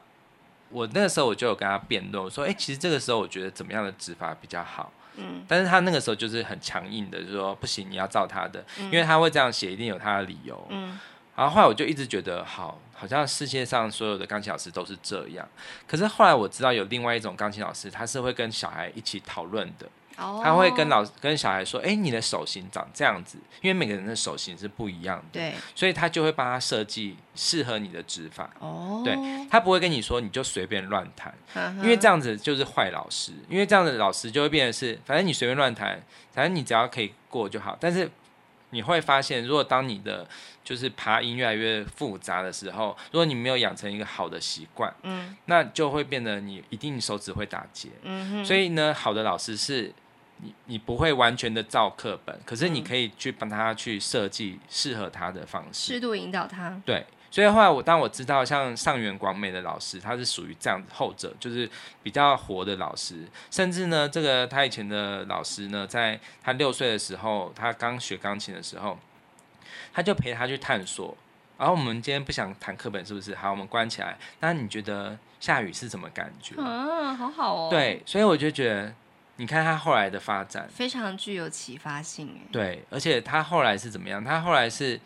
我那个时候我就有跟他辩论，我说，哎、其实这个时候我觉得怎么样的指法比较好？
嗯
但是他那个时候就是很强硬的，就说不行，你要照他的，因为他会这样写，一定有他的理由。
嗯
然后后来我就一直觉得，好，好像世界上所有的钢琴老师都是这样。可是后来我知道有另外一种钢琴老师，他是会跟小孩一起讨论的，
哦，
他会跟老跟小孩说，哎，你的手型长这样子，因为每个人的手型是不一样的，
对
所以他就会帮他设计适合你的指法。
哦，
对，他不会跟你说你就随便乱弹，
因
因为这样子就是坏老师，因为这样的老师就会变成是，反正你随便乱弹，反正你只要可以过就好。但是你会发现，如果当你的就是爬音越来越复杂的时候，如果你没有养成一个好的习惯，
嗯
那就会变得你一定手指会打结。
嗯哼，
所以呢，好的老师是你你不会完全的照课
嗯
本，可是你可以去帮他去设计适合他的方式。
适度引导他，
对，所以后来我当我知道像上元广美的老师，他是属于这样后者，就是比较活的老师。甚至呢，这个他以前的老师呢，在他六岁的时候，他刚学钢琴的时候，他就陪他去探索。然后我们今天不想谈课本，是不是？好，我们关起来。那你觉得下雨是什么感觉？
啊，好好哦，，
对，所以我就觉得，你看他后来的发展。
非常具有启发性哎，
对，而且他后来是怎么样？他后来是，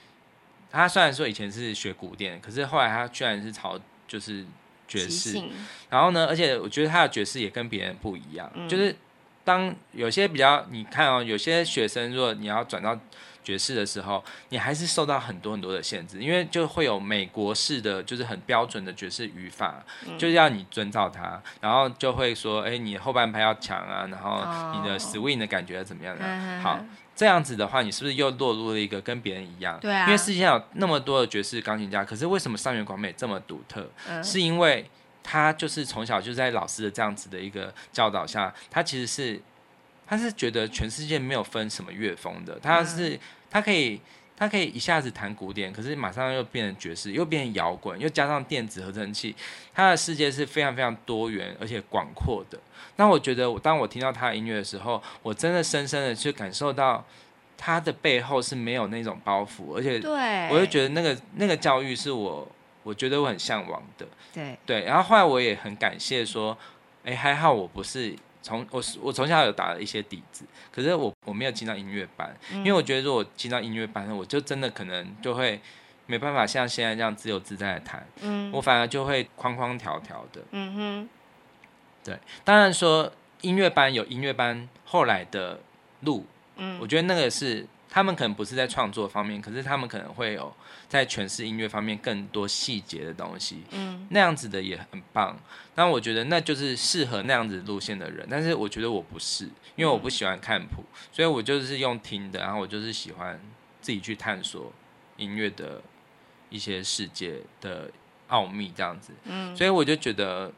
他虽然说以前是学古典，可是后来他居然是朝就是爵
即
士，
兴
然后呢，而且我觉得他的爵士也跟别人不一样，
嗯
就是当有些比较，你看哦，有些学生如果你要转到爵士的时候，你还是受到很多很多的限制，因为就会有美国式的，就是很标准的爵士语法，
嗯
就是要你遵照它，然后就会说，哎，你后半拍要强啊，然后你的
哦
swing 的感觉要怎么样啊的、
嗯
好。这样子的话，你是不是又落入了一个跟别人一样？
对啊
因为世界上有那么多的爵士钢琴家，可是为什么上原广美这么独特？
嗯
是因为他就是从小就在老师的这样子的一个教导下，他其实是他是觉得全世界没有分什么乐风的，他是、他可以。他可以一下子弹古典，可是马上又变成爵士，又变成摇滚，又加上电子合成器，他的世界是非常非常多元而且广阔的。那我觉得我，当我听到他的音乐的时候，我真的深深的去感受到他的背后是没有那种包袱，而且
对，
我就觉得那个那个教育是我我觉得我很向往的。
对，
对，然后后来我也很感谢说，哎，还好我不是从我是我从小有打了一些底子，可是我我没有进到音乐班，
嗯
因为我觉得如果进到音乐班，我就真的可能就会没办法像现在这样自由自在的弹，
嗯
我反而就会框框条条的。
嗯哼，
当然说音乐班有音乐班后来的路，
嗯
我觉得那个是他们可能不是在创作方面，可是他们可能会有在诠释音乐方面更多细节的东西。
嗯
那样子的也很棒。那我觉得那就是适合那样子路线的人，但是我觉得我不是，因为我不喜欢看谱，所以我就是用听的，然后我就是喜欢自己去探索音乐的一些世界的奥秘这样子。
嗯，
所以我就觉得，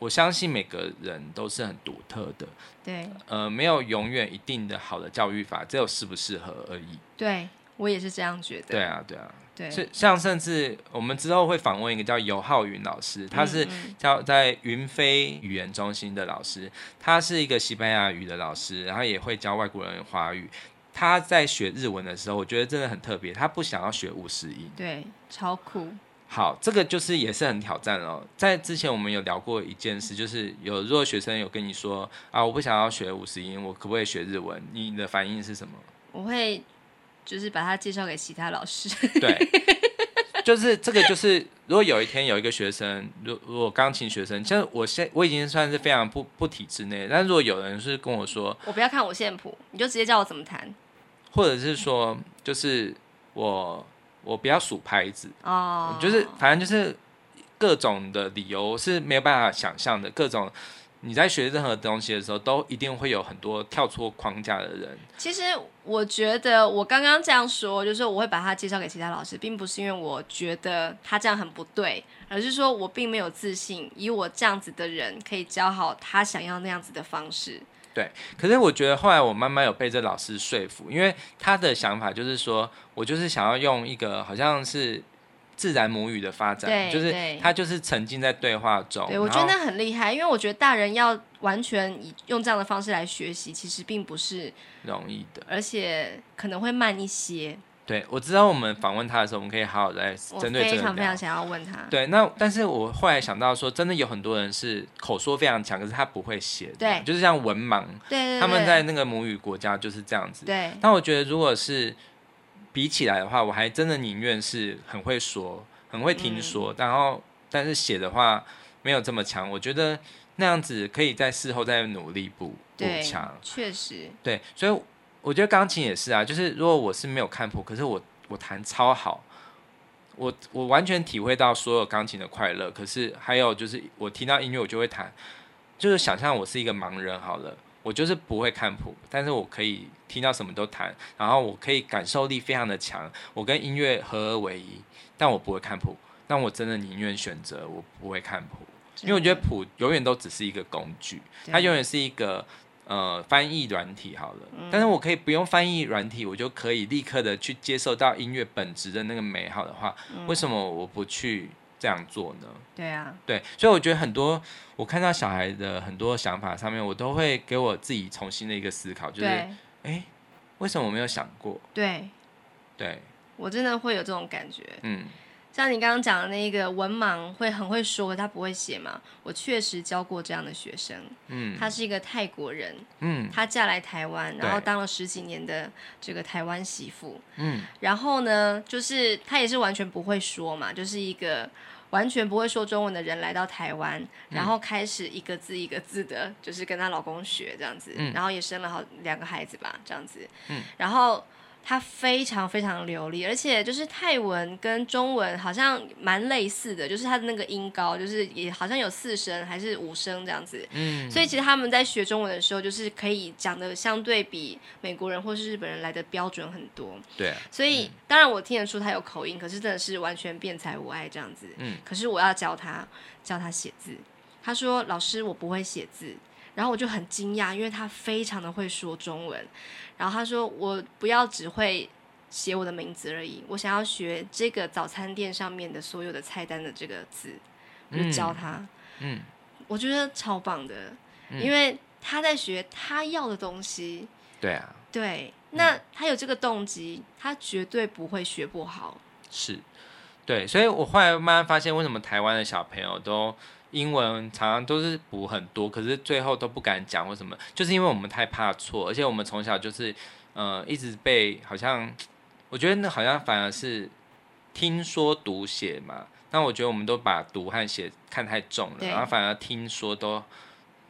我相信每个人都是很独特的，
对
呃，没有永远一定的好的教育法，只有适不适合而已。
对，我也是这样觉
对
得，
啊，对啊。
对，
是像甚至我们之后会访问一个叫尤浩云老师，他是
嗯嗯
叫在云飞语言中心的老师，他是一个西班牙语的老师，然后也会教外国人华语。他在学日文的时候，我觉得真的很特别，他不想要学五十音。
对，超酷，
好，这个就是也是很挑战哦。在之前我们有聊过一件事，就是有如果学生有跟你说啊，我不想要学五十音，我可不可以学日文？你的反应是什么？
我会就是把它介绍给其他老师，
对，就是这个，就是如果有一天有一个学生，如如果钢琴学生，其实我现我已经算是非常不不体制内，但如果有人是跟我说，
我不要看我线谱，你就直接教我怎么弹
或者是说，就是我我不要数拍子，
哦，
就是反正就是各种的理由是没有办法想象的，各种你在学任何东西的时候，都一定会有很多跳出框架的人。
其实我觉得我刚刚这样说，就是我会把他介绍给其他老师，并不是因为我觉得他这样很不对，而是说我并没有自信，以我这样子的人可以教好他想要那样子的方式。
可是我觉得后来我慢慢有被这老师说服，因为他的想法就是说，我就是想要用一个好像是自然母语的发展，
对
就是
对
他就是沉浸在对话中。
对我觉
哦然
得
后
那很厉害，因为我觉得大人要完全以用这样的方式来学习，其实并不是，
容易的。
而且可能会慢一些。
对我知道我们访问他的时候，我们可以好好来
我
针对这
非
个
常非
聊
常。想要问他，
对，那但是我后来想到说，真的有很多人是口说非常强，可是他不会写的，
对
就是像文盲，
对对对，
他们在那个母语国家就是这样子。
对
但我觉得如果是比起来的话，我还真的宁愿是很会说、很会听
嗯
说，然后但是写的话没有这么强。我觉得那样子可以在事后再努力补补
对
强。
确实，
对，所以我觉得钢琴也是啊，就是如果我是没有看谱，可是我我弹超好。我我完全体会到所有钢琴的快乐，可是还有就是我听到音乐我就会弹，就是想象我是一个盲人好了，我就是不会看谱，但是我可以听到什么都弹，然后我可以感受力非常的强，我跟音乐合二为一，但我不会看谱，但我真的宁愿选择我不会看谱，因为我觉得谱永远都只是一个工具，它
真的
永远是一个呃翻译软体好了，但是我可以不用翻译软体，我就可以立刻的去接受到音乐本质的那个美好的话，为什么我不去这样做呢？
对啊，
对，所以我觉得很多我看到小孩的很多想法上面，我都会给我自己重新的一个思考，就是哎、
对
诶为什么我没有想过？
对，
对，
我真的会有这种感觉。
嗯，
像你刚刚讲的那个文盲会很会说，他不会写嘛？我确实教过这样的学生，
嗯，
他是一个泰国人，
嗯
她嫁来台湾，然后
对
当了十几年的这个台湾媳妇。
嗯，
然后呢，就是她也是完全不会说嘛，就是一个完全不会说中文的人来到台
嗯
湾，然后开始一个字一个字的，就是跟她老公学这样子，
嗯
然后也生了好两个孩子吧，这样子。嗯，然后。她非常非常流利，而且就是泰文跟中文好像蛮类似的，就是她的那个音高，就是也好像有四声还是五声这样子。
嗯，
所以其实他们在学中文的时候，就是可以讲的相对比美国人或是日本人来的标准很多。
对啊，
所以、当然我听得出他有口音，可是真的是完全辩才无碍这样子。
嗯，
可是我要教他教他写字，他说老师我不会写字。然后我就很惊讶，因为他非常的会说中文。然后他说：“我不要只会写我的名字而已，我想要学这个早餐店上面的所有的菜单的这个字。”我就教他。
嗯，
我觉得超棒的，
嗯
因为他在学他要的东西。
对啊，
对，那他有这个动机，他绝对不会学不好。
是，对，所以我后来慢慢发现，为什么台湾的小朋友都英文常常都是补很多，可是最后都不敢讲为什么？就是因为我们太怕错，而且我们从小就是，呃，一直被好像，我觉得那好像反而是听说读写嘛，那我觉得我们都把读和写看太重了，
对
然后反而听说都。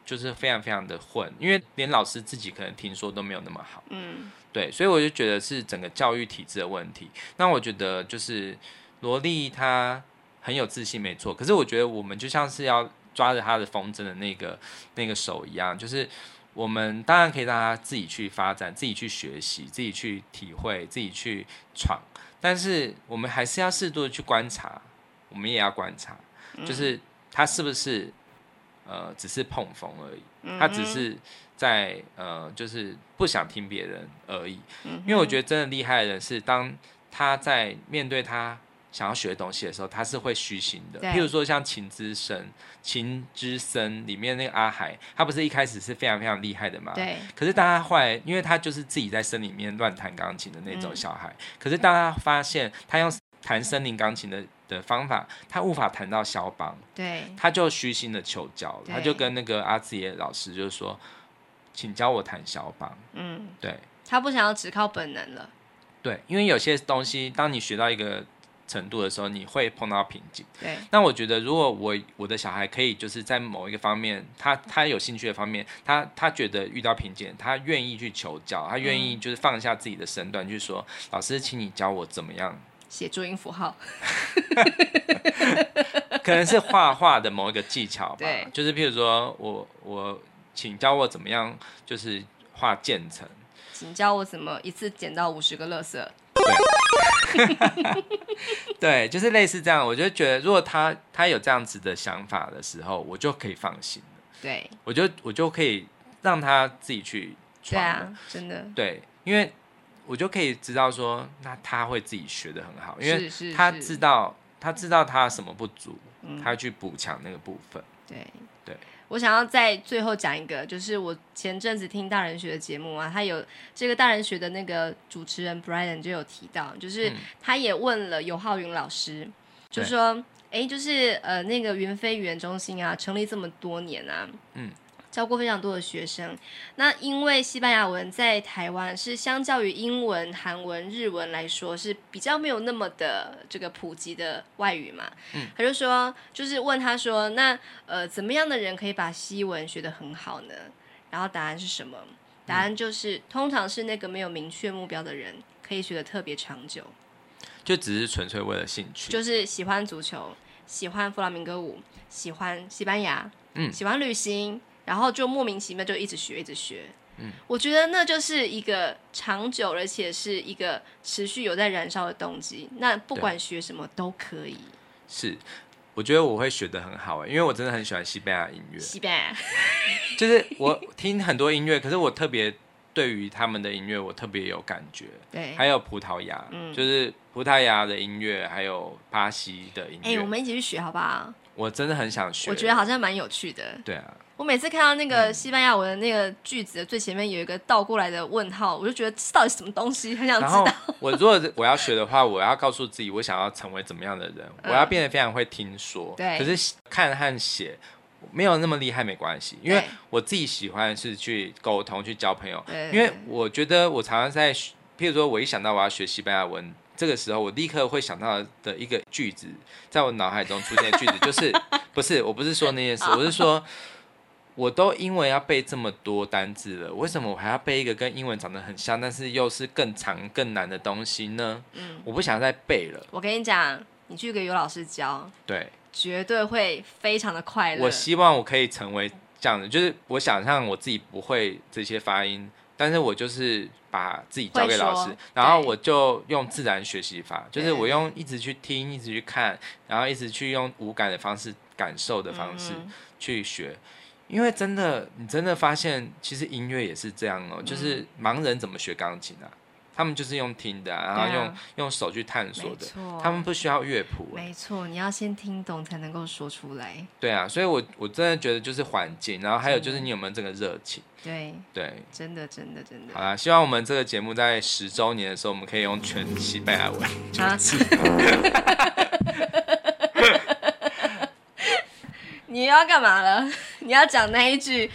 就是非常非常的混，因为连老师自己可能听说都没有那么好。
嗯，
对，所以我就觉得是整个教育体制的问题。那我觉得就是萝莉她很有自信，没错。可是我觉得我们就像是要抓着她的风筝的那个那个手一样，就是我们当然可以让她自己去发展、自己去学习、自己去体会、自己去闯，但是我们还是要适度的去观察，我们也要观察，就是她是不是呃只是碰风而已。
嗯
他只是在呃，就是不想听别人而已。
嗯
因为我觉得真的厉害的人是，当他在面对他想要学的东西的时候，他是会虚心的。
对
譬如说像《情之深》《情之深》里面那个阿海，他不是一开始是非常非常厉害的吗？
对，
可是当他后来，因为他就是自己在森林里面乱弹钢琴的那种小孩，
嗯
可是当他发现他用弹森林钢琴的的方法，他无法弹到肖邦，
对，
他就虚心的求教了，
对
他就跟那个阿兹耶老师就说，请教我弹肖邦。
嗯，
对
他不想要只靠本能了。
对，因为有些东西，当你学到一个程度的时候，你会碰到瓶颈。
对，
那我觉得，如果我我的小孩可以就是在某一个方面，他他有兴趣的方面，他他觉得遇到瓶颈，他愿意去求教，他愿意就是放下自己的身段，去说老师，请你教我怎么样
写注音符号。
可能是画画的某一个技巧吧
对，
就是譬如说我我请教我怎么样，就是画渐层，
请教我怎么一次捡到五十个垃圾。
对，就是类似这样。我就觉得，如果他他有这样子的想法的时候，我就可以放心了，
对，
我就我就可以让他自己去
对
闯了，
啊，真的，
对，因为我就可以知道说，那他会自己学的很好，因为
是是嗯
他
是
知道他知道他什么不足，他去补强那个部分。
对
对。
我想要在最后讲一个，就是我前阵子听大人学的节目啊，他有这个大人学的那个主持人 Brian 就有提到，就是他也问了尤浩云老师，就
嗯对
说，哎，就是呃那个云飞语言中心啊，成立这么多年啊，
嗯。
教过非常多的学生，那因为西班牙文在台湾是相较于英文、韩文、日文来说是比较没有那么的这个普及的外语嘛，
嗯
他就说，就是问他说，那呃，怎么样的人可以把西文学得很好呢？然后答案是什么？
嗯
答案就是，通常是那个没有明确目标的人，可以学得特别长久，
就只是纯粹为了兴趣，
就是喜欢足球，喜欢弗拉明戈舞，喜欢西班牙，
嗯
喜欢旅行，然后就莫名其妙就一直学，一直学。嗯，我觉得那就是一个长久，而且是一个持续有在燃烧的动机。那不
对
管学什么都可以。
欸是，我觉得我会学的很好哎、因为我真的很喜欢西班牙音乐，
西班牙，
就是我听很多音乐，可是我特别对于他们的音乐我特别有感觉。
对，哎
还有葡萄牙，
嗯
就是葡萄牙的音乐，还有巴西的音
哎、
乐，
我们一起去学好不好？
我真的很想学。
我觉得好像蛮有趣的。
对 啊，
我每次看到那
嗯
个西班牙文的那个句子的最前面有一个倒过来的问号，我就觉得这到底是什么东西，很想
然
知
后
道。
我如果我要学的话，我要告诉自己我想要成为怎么样的人，
嗯
我要变得非常会听说。
对
可是看和写没有那么厉害没关系，因为
对
我自己喜欢是去沟通、去交朋 友。
对
因为我觉得我常常在学，譬如说我一想到我要学西班牙啊文，这个时候我立刻会想到的一个句子，在我脑海中出现的句子 就是不是我不是说那件事，我是说。我都英文要背这么多单字了，为什么我还要背一个跟英文长得很像，但是又是更长更难的东西呢？
嗯，
我不想再背了。
我跟你讲，你去给尤老师教，
对，
绝对会非常的快乐。
我希望我可以成为这样的，就是我想象我自己不会这些发音，但是我就是把自己交给老
会
师
说，
然后我就用自然学习法，
对
就是我用一直去听，一直去看，然后一直去用无感的方式、感受的方式
嗯嗯
去学。因为真的，你真的发现，其实音乐也是这样哦、
嗯
就是盲人怎么学钢琴啊？他们就是用听的啊、然后
对啊
用、用手去探索
没
的，
错，
他们不需要乐谱、啊
没错，你要先听懂才能够说出来。
对啊，所以我我真的觉得就是环境，然后还有就是
嗯
你有没有这个热情。
对，
对，
真的，真的，真的
好。啦，希望我们这个节目在十周年的时候，我们可以用全西班牙文。
啊！ 你要干嘛了？你要讲那一句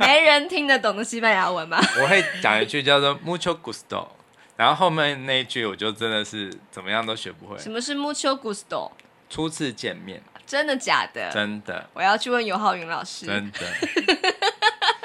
没人听得懂的西班牙文 吗？
我会讲一句叫做 “mucho gusto”，然后后面那一句我就真的是怎么样都学不会。
什么是 mucho gusto？
初次见面，
真的假的？
真的
我要去问尤浩云老师。
真 的，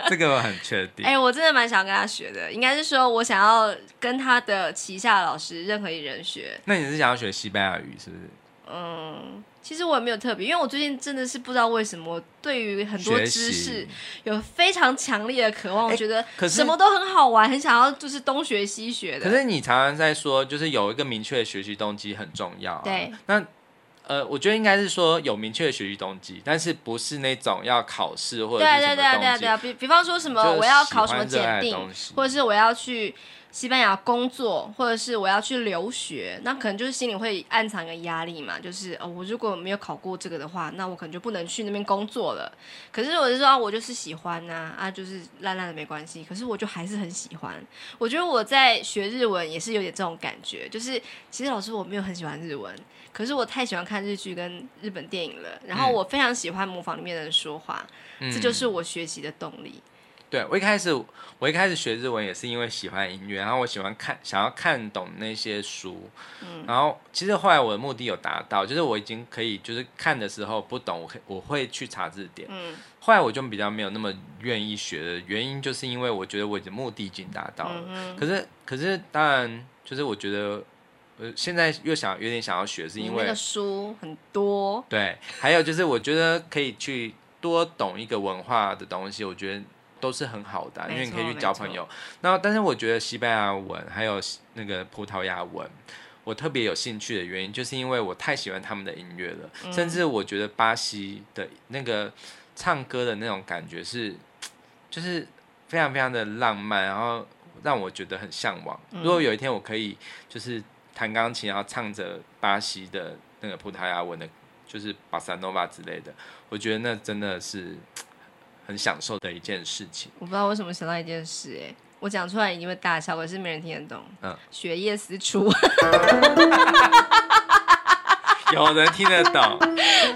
这个我很确定。
哎、我真的蛮想跟他学的，应该是说我想要跟他的旗下的老师任何一人学。
那你是想要学西班牙语是不是？
嗯，其实我也没有特别，因为我最近真的是不知道为什么，我对于很多
学
知
习
识有非常强烈的渴望，
哎
我觉得
可是
什么都很好玩，很想要就是东学西学的。
可是你常常在说，就是有一个明确的学习动机很重要、啊。
对，
那呃，我觉得应该是说有明确的学习动机，但是不是那种要考试或
对
者
啊
是
对啊
什
对啊对
么
啊对
动机。
啊，比比方说什么
就是
我要考什么
喜欢热爱
检定
的东西，
或者是我要去西班牙工作，或者是我要去留学，那可能就是心里会暗藏一个压力嘛，就是哦，我如果没有考过这个的话，那我可能就不能去那边工作了。可是我就说、啊、我就是喜欢呐、啊，就是烂烂的没关系，可是我就还是很喜欢。我觉得我在学日文也是有点这种感觉，就是其实老师我没有很喜欢日文，可是我太喜欢看日剧跟日本电影了，然后
嗯
我非常喜欢模仿里面的人说话。
嗯
这就是我学习的动力。
对我一开始我一开始学日文也是因为喜欢音乐，然后我喜欢看想要看懂那些书，
嗯
然后其实后来我的目的有达到，就是我已经可以就是看的时候不懂，我可以我会去查字典。
嗯
后来我就比较没有那么愿意学的原因，就是因为我觉得我的目的已经达到了。
嗯哼，
可是可是当然就是我觉得呃现在又想有点想要学，是
你
因
嗯那
为
个书很多，
对，还有就是我觉得可以去多懂一个文化的东西，我觉得都是很好的啊、因为你可以去交朋友。那但是我觉得西班牙文还有西那个葡萄牙文。我特别有兴趣的原因，就是因为我太喜欢他们的音乐了，甚至我觉得巴西的那个唱歌的那种感觉是，就是非常非常的浪漫，然后让我觉得很向往。如果有一天我可以就是弹钢琴，然后唱着巴西的那个葡萄牙文的，就是巴萨诺瓦之类的，我觉得那真的是很享受的一件事情。
我不知道为什么想到一件事、哎，我讲出来一定会大笑，可是没人听得懂。
嗯，
雪夜私处
有人听得 懂，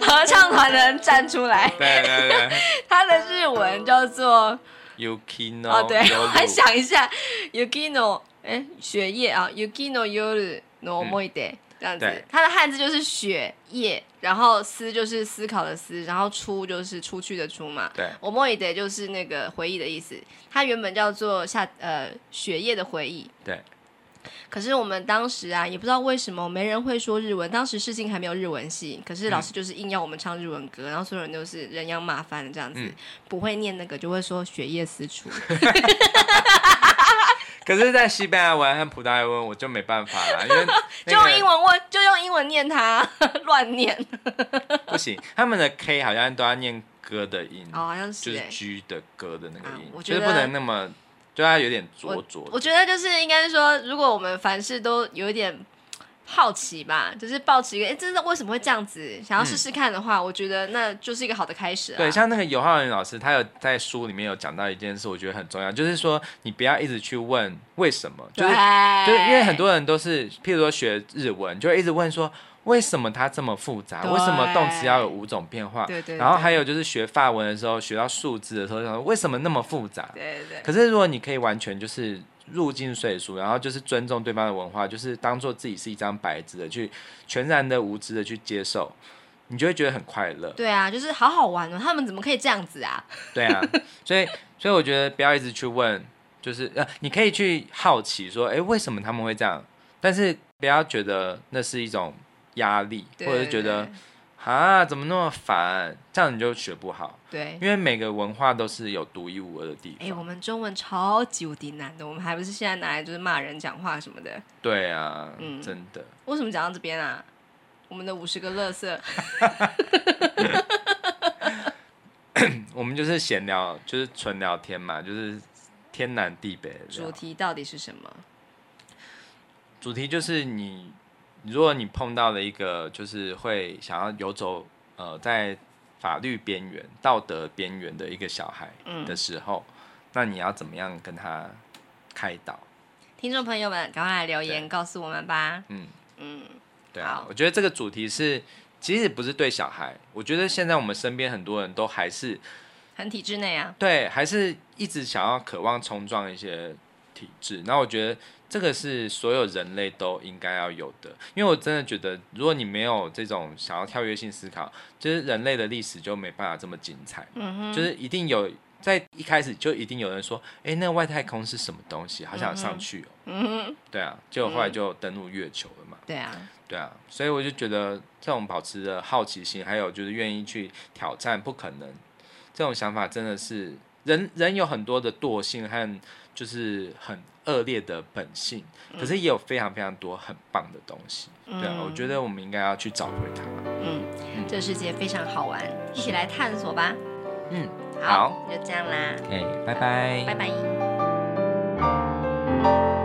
合唱团的人站出来，
对对对
他的日文叫做
，Yukino，
哦，对，
Yoru
我 还想一下，Yukino，哎、雪夜啊，Yukino Yoru no m o i d e 这样子
嗯对，
它的汉字就是雪夜，然后思就是思考的思，然后出就是出去的出嘛，
对
我梦里的就是那个回忆的意思，它原本叫做夏呃雪夜的回忆。
对。
可是我们当时啊，也不知道为什么没人会说日文。当时世新还没有日文系，可
嗯
是老师就是硬要我们唱日文歌，然后所有人都是人仰马翻的这样子，
嗯
不会念那个就会说雪夜私处。
可是，在西班牙文和葡萄牙文我就没办法了，因 为
就
那个
用英文问， 就用英文念它，乱念。
不行，他们的 K 好像都要念歌的音，
哦，好像
就是欸是
哎、
G 的歌的那个
啊
音，
我
就
觉
是
得
不能那么，就它有点灼灼
我觉得就是应该是说，如果我们凡事都有一点好奇吧，就是抱持一个哎，诶真的为什么会这样子，想要试试看的话，我觉得那就是一个好的开始啊。
嗯对，像那个尤浩然老师，他有在书里面有讲到一件事，我觉得很重要，就是说你不要一直去问为什么，就是
对，
就是因为很多人都是，譬如说学日文，就会一直问说为什么它这么复杂，
对
为什么动词要有五种变化？
对对对
然后还有就是学法文的时候，学到数字的时候，想说为什么那么复杂？
对对对
可是如果你可以完全就是入境水俗，然后就是尊重对方的文化，就是当做自己是一张白纸的去全然的无知的去接受，你就会觉得很快乐。
对啊，就是好好玩哦，他们怎么可以这样子啊？
对啊，所以所以我觉得不要一直去问，就是呃，你可以去好奇说，哎，为什么他们会这样？但是不要觉得那是一种压力，或
对
者是觉得啊怎么那么烦，这样你就学不好，
对。
因为每个文化都是有独一无二的地
哎、
方。
我们中文超级无敌难的，我们还不是现在拿来就是骂人、讲话什么的。
对啊，
嗯
真的。
为什么讲到这边啊？我们的五十个乐色，
我们就是闲聊，就是纯聊天嘛，就是天南地北的
主
聊。
题到底是什么？
主题就是你，如果你碰到了一个就是会想要游走呃在法律边缘、道德边缘的一个小孩
嗯
的时候，那你要怎么样跟他开导？
听众朋友们，赶快来留言告诉我们吧。
嗯
嗯，
对啊
好，
我觉得这个主题是其实不是对小孩，我觉得现在我们身边很多人都还是
很体制内啊。
对，还是一直想要渴望冲撞一些体制。那我觉得这个是所有人类都应该要有的，因为我真的觉得，如果你没有这种想要跳跃性思考，就是人类的历史就没办法这么精彩。
嗯哼，
就是一定有在一开始就一定有人说，哎、那外太空是什么东西？好想上去哦。
嗯哼，
对啊，结果后来就登陆月球了嘛。
对啊，
对啊，所以我就觉得这种保持着好奇心，还有就是愿意去挑战不可能这种想法，真的是人人有很多的惰性和就是很恶劣的本性，可是也有非常非常多很棒的东西。对啊，我觉得我们应该要去找回它。
嗯，这世界非常好玩，一起来探索吧。
嗯
就这样啦，
，OK，拜拜
拜拜。